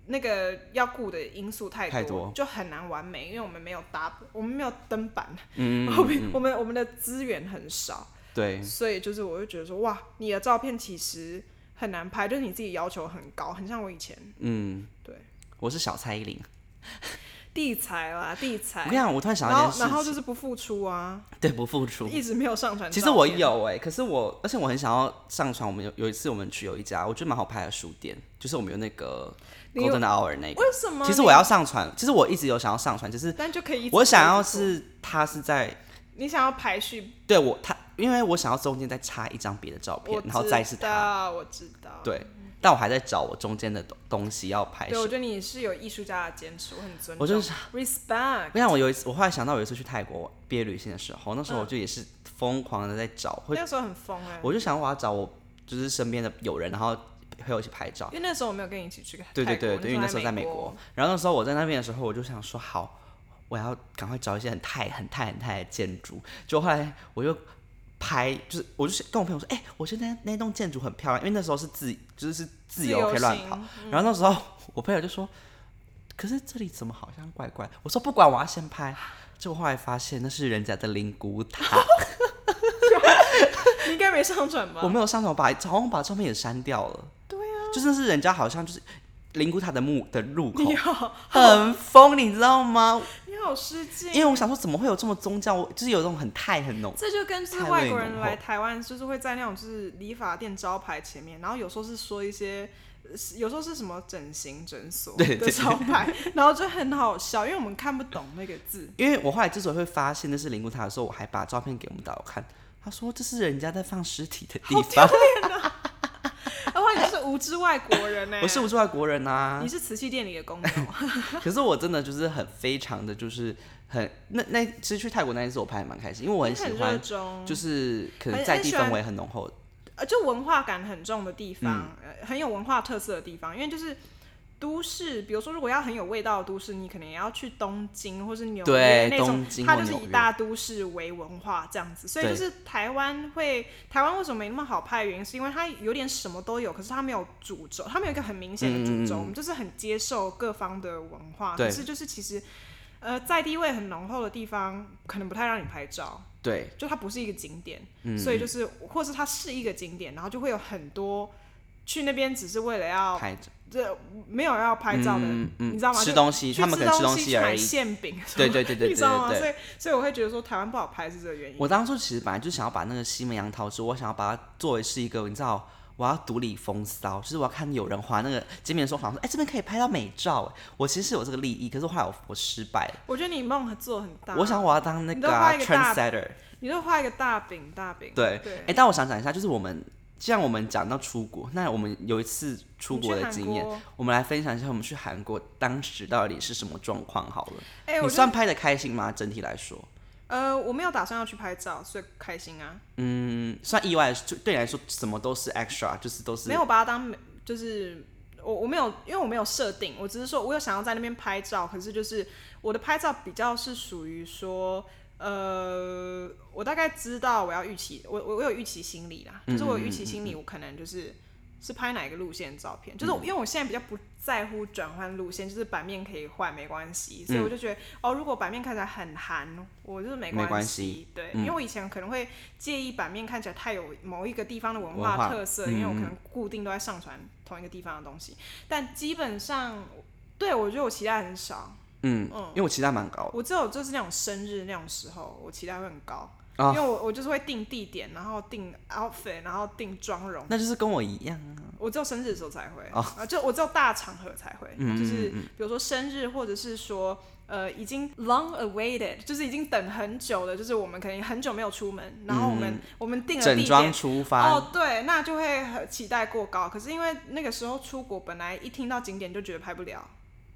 那个要顾的因素太太多就很难完美，因为我们没有搭，我们没有灯板，嗯我们我们我们的资源很少，对，所以就是我就觉得说，哇，你的照片其实很难拍，就是你自己要求很高，很像我以前，嗯，对，我是小蔡依林，地才啦，地才。我跟你讲，我突然想然到后一件事情，然后就是不付出啊，对不付出。一直没有上传照片。其实我有哎、可是我，而且我很想要上传。我们有有一次我们去有一家我觉得蛮好拍的书店，就是我们有那个你有 Golden Hour 那个。为什么？其实我要，上传，其实我一直有想要上传，只是但就可以一直我想要不付出是它是在你想要排序，对我它，因为我想要中间再插一张别的照片我，然后再是知它。道，我知道。对，但我还在找我中间的东东西要拍对，我摄。觉得你是有艺术家的坚持，我很尊重，我就是 respect。我想我有一次，我后来想到有一次去泰国毕业旅行的时候，那时候我嗯就也是疯狂的在找，会那时候很疯哎、我就想我要找我就是身边的友人，然后陪我一起拍照因。为那时候我没有跟你一起去泰国，对对对，对因为那时候在美美国，，然后那时候我在那边的时候，我就想说好，我要赶快找一些很泰、很泰、很泰的建筑。就后来我就拍，就是我就是跟我朋友说，哎、我觉得那那栋建筑很漂亮，因为那时候是自就是是自自由由可以乱跑行。然后那时候我朋友就说，可是这里怎么好像怪怪？我说不管，我要先拍。结果后来发现那是人家的灵骨塔，你应该没上传吧？我没有上传，我把好像把照片也删掉了。对啊，就是那是人家好像就是灵骨塔的墓的入口你好，很疯，你知道吗？你好失敬。因为我想说，怎么会有这么宗教？就是有这种很泰很浓。这就跟就是太外味国浓人厚来台湾，就是会在那种就是理发店招牌前面，然后有时候是说一些，呃有时候是什么整形诊所对的招 牌，然后就很好笑，因为我们看不懂那个字。因为我后来之所以会发现那是灵骨塔的时候，我还把照片给我们导游看，他说这是人家在放尸体的地方。然啊后你就是无知外国 人呢、我是，我是外国人啊你，是瓷器店里的工友， 可是我真的就是很非常的就是很那那其实去泰国那一次我拍得蛮开心，因为我你喜很热欢衷，就是可能很在很地喜欢氛围很浓厚。呃，就文化感很重的地方、嗯呃，很有文化特色的地方，因为就是都市，比如说如果要很有味道的都市，你可能也要去东京或是纽约对那种东京，它或就是纽以约大都市为文化这样子，所以就对是台湾会台湾为什么没那么好拍的原因，是因为它有点什么都有，可是它没有主轴，它没有一个很明显的主轴，嗯我们就是很接受各方的文化，可对是就是其实。呃，在地位很浓厚的地方，可能不太让你拍照，对，就它不是一个景点，嗯所以就是或是它是一个景点，然后就会有很多去那边只是为了要拍照，这没有要拍照的，嗯嗯，你知道吗？吃就东西，去他们可能吃东西西去而买已。馅饼，对对对对 你对知道吗？对所对。以所以我会觉得说台湾不好拍是这个原因。我当初其实本来就想要把那个西门杨桃汁，我想要把它作为是一个，你知道，我要独立风骚，就是我要看有人划那个街面说法，说哎、这边可以拍到美照，哎我其实是有这个利益，可是后来我我失败了，我觉得你梦做很大，我想我要当那你都个,、画一个大 trendsetter，你就画一个大饼大饼，对，对哎、，但我想讲一下，就是我们既然我们讲到出国，那我们有一次出你去国的韩经验，国，我们来分享一下我们去韩国当时到底是什么状况好了。哎，你我觉算得拍的开心吗？整体来说，呃我没有打算要去拍照，所以开心啊，嗯，算意外，就对你来说什么都是 extra，就是都是没有把它当美就是我我没有，因为我没有设定，我只是说我有想要在那边拍照，可是就是我的拍照比较是属于说。呃，我大概知道我要预期，我我我有预期心理啦，嗯就是我有预期心理，我可能就是是拍哪一个路线的照片，就是嗯我因为我现在比较不在乎转换路线，就是版面可以换没关系，嗯所以我就觉得、哦，如果版面看起来很韩，我就是没没关系系，嗯对，因为我以前可能会介意版面看起来太有某一个地方的文文化化嗯特色，因为我可能固定都在上传同一个地方的东西，但基本上，对我觉得我期待很少，嗯，因为我期待蛮高我只有就是那种生日那种时候，我期待会很高，的啊因为，我我就是会定地点，然后定 outfit，然后定妆容，那就是跟我一样啊。我只有生日的时候才会，啊、就我只有大场合才会，嗯就是比如说生日，或者是说呃已经 long awaited，就是已经等很久了，就是我们可能很久没有出门，然后我们、我们定了地嗯整装点。出发，哦，对，那就会很期待过高。可是因为那个时候出国，本来一听到景点就觉得拍不了，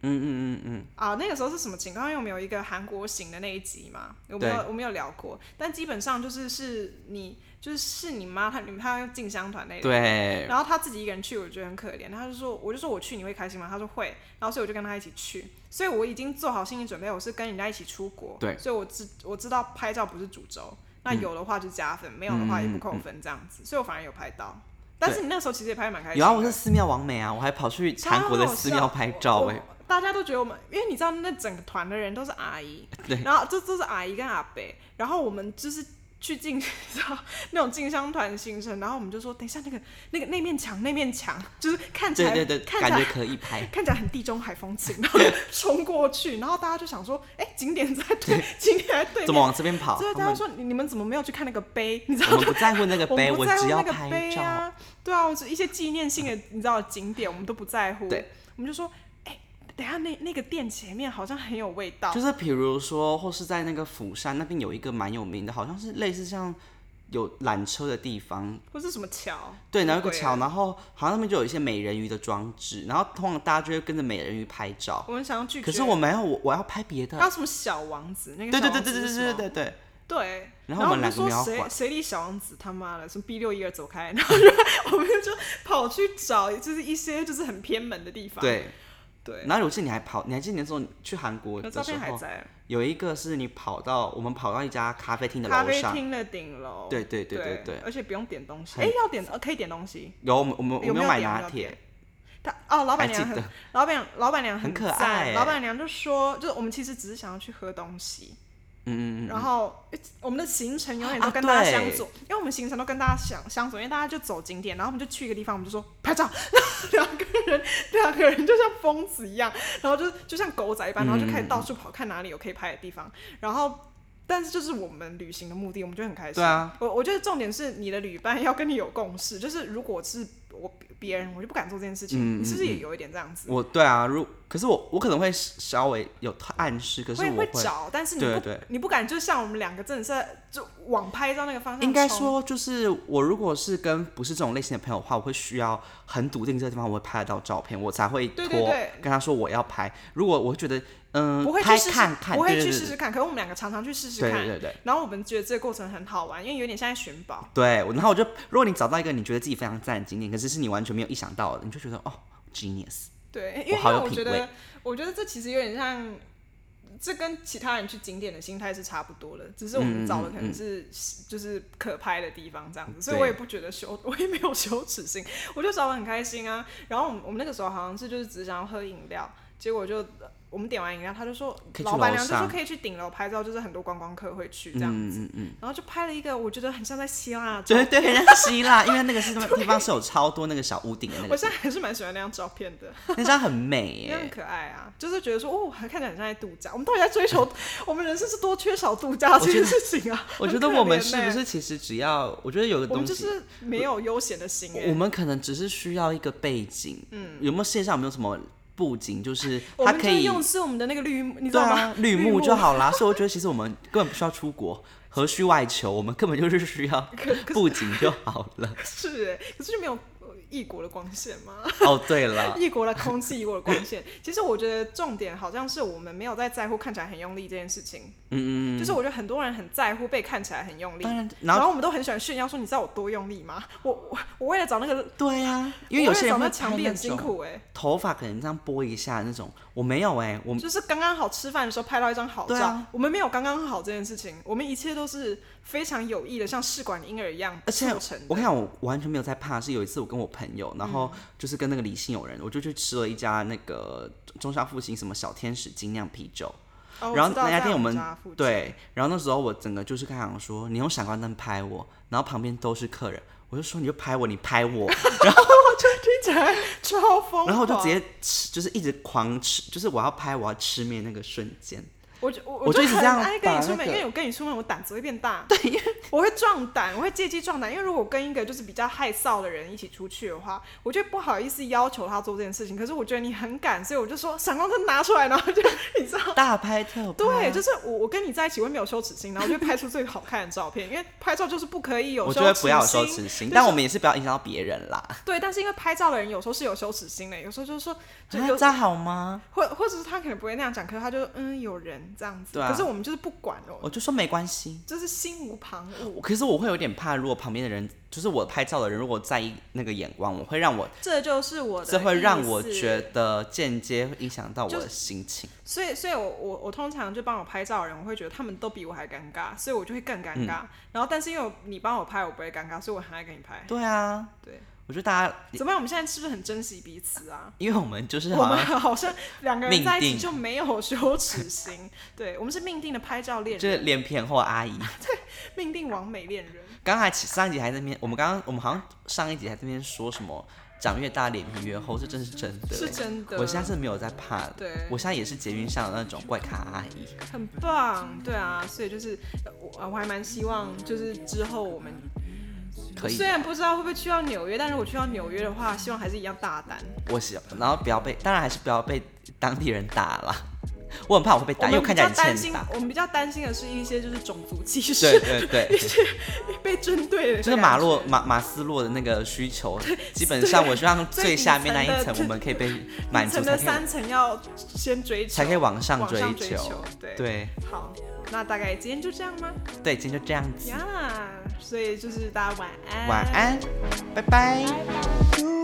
嗯嗯嗯嗯，啊，那个时候是什么情况？因为我们有一个韩国行的那一集嘛，我们对有我们有聊过，但基本上就是是你就是是你妈，她你们她要进香团那里，对，然后她自己一个人去，我觉得很可怜。她就说，我就说我去你会开心吗？她说会，然后所以我就跟她一起去，所以我已经做好心理准备，我是跟人家一起出国，对嗯所以我知我知道拍照不是主轴，那有的话就加分，没有的话也不扣分这样子，所以我反而有拍到。但是你那时候其实也拍得蛮开心的，有啊，我是寺庙王美啊，我还跑去韩国的寺庙拍照哎、我大家都觉得我们，因为你知道那整个团的人都是阿姨，对然后这都是阿姨跟阿伯，然后我们就是去进你知道那种进香团行程，然后我们就说，等一下那个那个那面墙那面墙，就是看起对来对对，看起感来觉可以拍。看起来很地中海风情，然后就冲过去，然后大家就想说，哎、景点在对，景点在对 怎面，么往这边跑？所以他大家们说你你们怎么没有去看那个碑？你知道我们不在乎那个 我杯，们不我在乎只那要个拍碑照。啊，对啊，我是一些纪念性的，你知道景点我们都不在乎。对，我们就说，哎、等一下那那个店前面好像很有味道，就是比如说，或是在那个釜山那边有一个蛮有名的，好像是类似像有缆车的地方，或是什么桥？对，然后什有么个鬼桥，的。然后好像那边就有一些美人鱼的装置，然后通常大家就会跟着美人鱼拍照。我们想要拒绝，可是我没有，我我要拍别的还。有什么小王子那个？对对对对对对对对对，对，然然后我们就两个说没有谁管谁理小王子他妈的，从 B 六一二走开，然后就我们就跑去找，就是一些就是很偏门的地方。对。对，然后我记得你还跑，你还记得那时候你去韩国那的照时片还候，在有一个是你跑到我们跑到一家咖啡厅的咖楼啡上，厅的顶楼。对对对对对，而且不用点东西，很哎，要点呃可以点东西。有我们我们有我没们有买点拿有铁点，他哦，老板娘还记很得，老板老板娘很可赞爱老板娘就说，就是我们其实只是想要去喝东西，嗯嗯嗯，然后诶我们的行程永远都啊跟大家对相左，因为我们行程都跟大家相相左，因为大家就走景点，然后我们就去一个地方，我们就说拍照， 两个人两个人就像疯子一样，然后就就像狗仔一嗯般，然后就开始到处跑，看哪里有可以拍的地方，然后。但是就是我们旅行的目的，我们就很开心。对啊，我我觉得重点是你的旅伴要跟你有共识，就是如果是我别人，我就不敢做这件事情。你是不是也有一点这样子？嗯我对啊，如可是我我可能会稍微有暗示，可是会我会找，但是你不对对你不敢，就像我们两个真的是就往拍照那个方向应该冲说就是我如果是跟不是这种类型的朋友的话，我会需要很笃定这个地方我会拍得到照片，我才会对拖对对跟他说我要拍。如果我会觉得嗯、不会去拍试试看看，不会对去对试试看。可是我们两个常常去试试对对看，对对对。然后我们觉得这个过程很好玩，因为有点像在寻宝。对，我然后我就，如果你找到一个你觉得自己非常赞的景点，可是是你完全没有意想到的，你就觉得哦，genius，对，因我为因好为有我品觉味得，我觉得这其实有点像，这跟其他人去景点的心态是差不多的，只是我嗯们找的可能是、就是可拍的地方这样子，所以我也不觉得羞， 我也没有羞耻心，我就找的很开心啊。然后我们我们那个时候好像是就是只想要喝饮料，结果就。我们点完饮料，他就说可以去老板楼娘就说上可以去顶楼拍照，就是很多观光客会去这样子，嗯嗯嗯，然后就拍了一个我觉得很像在希腊的照 对对，人家希腊，因为那个是那个地方是有超多那个小屋顶的那我个，现在还是蛮喜欢那张照片 的。那张很美 也很耶，可爱啊，就是觉得说，哦，还看起来很像在度假。我们到底在追 求我们人生是多缺少度假这件事情啊？我觉得很可我们怜是欸不是其实只要，我觉得有个我东们就西，是没有悠闲的心我哎、们可能只是需要一个背景，嗯，有没有世界上有没有什么布景，就是哎我它们就可以用的是我们的那个绿幕，你知对道吗？啊，绿幕幕就。好啦。所以 我觉得其实我们根本不需要出国，何须外求，我们根本就是需 要 布景就好了。是欸，可是就没有呃异国的光线嘛，哦，对 了，异国的空气，异国的光线。 其实我觉得重点好像是我们没有在在乎看起来很用力这件事情。嗯嗯就是我觉得很多人很在乎被看起来很用力，当然，然然后后我们都很喜欢炫耀说你知道我多用力吗？我我我为了找那个对呀、因为有些人我为会了找那墙拍壁那很辛种苦哎、头发可能这样拨一下那种，我没有哎、我就是刚刚好吃饭的时候拍到一张好对照，啊我们没有刚刚好这件事情，我们一切都是非常有意的，像试管婴儿一样而且促成我的。跟你讲，我完全没有在怕。是有一次我跟我朋友，嗯然后就是跟那个理性友人，我就去吃了一家那个中山复兴什么小天使精酿啤酒。哦然后我知道那家在店我们家附近，对，然后那时候我整个就是跟他讲说，你用闪光灯拍我，然后旁边都是客人，我就说你就拍我，你拍我，听起来超疯狂。然后我就直，接吃，就是一直狂吃，就是我要拍我要吃面那个瞬间，我就我我就一直很这样爱跟把你出门，那个因为我跟你出门，我胆子会变 大。对，我会壮胆，我会借机壮胆，因为如果跟一个就是比较害臊的人一起出去的话，我就不好意思要求他做这件事情。可是我觉得你很敢，所以我就说闪光灯拿出来，然后就你知道。大拍特拍， 对，就是我我跟你在一起，我也没有羞耻心，然后我就拍出最好看的照片，因为拍照就是不可以有我羞耻觉心。得不要有羞耻就心，是但我们也是不要影响到别人啦，对，但是因为拍照的人有时候是有羞耻心的，有时候就是说， 就啊有、这样好吗？或或者是他可能不会那样讲，可是他就嗯有人这样子。对啊可是我们就是不管我哦，就说没关系，就是心无旁骛。我可是我会有点怕，如果旁边的人，就是我拍照的人，如果在意那个眼光，我会让我，这就是我的，这会让我觉。得间接影响到我就的心情。所以，所以我我我通常就帮我拍照的人，我会觉得他们都比我还尴尬，嗯所以我就会更尴尬。然后，但是因为我你帮我拍，我不会尴尬，所以我很爱跟你拍。对啊，对，我觉得大家，怎么样？我们现在是不是很珍惜彼此啊？因为我们就是我好们像好像两个人在一命起定就没有羞耻心， 对我们是命定的拍照恋就人，是脸皮很厚的阿姨。命定完美恋人。刚才其上一集还在那边，我们刚刚我们好像上一集还在那边说什么长越大脸皮越厚，这真是真的。是真的我现在是没有在怕的，对，我现在也是捷运上的那种怪咖阿姨。很棒，对啊，所以就是呃我我还蛮希望，就是之后我们可以虽，然不知道会不会去到纽约，但如果去到纽约的话，希望还是一样大胆。我喜，然后不要被，当然还是不要被当地人打啦。我很怕我会被打，因为我们比我看起来较很担心欠打。，我们比较担心的是一些就是种族歧对视、对对， 被针对的感觉，就是马洛马马斯洛的那个需求，基本上我希望最下面那一层我们可以被满足，层才的可以三层要先追求，才可以往上往追上追求。对，对好，那大概今天就这样吗？对，今天就这样子，呀、所以就是大家晚安，晚安，拜拜拜。拜。 Ooh.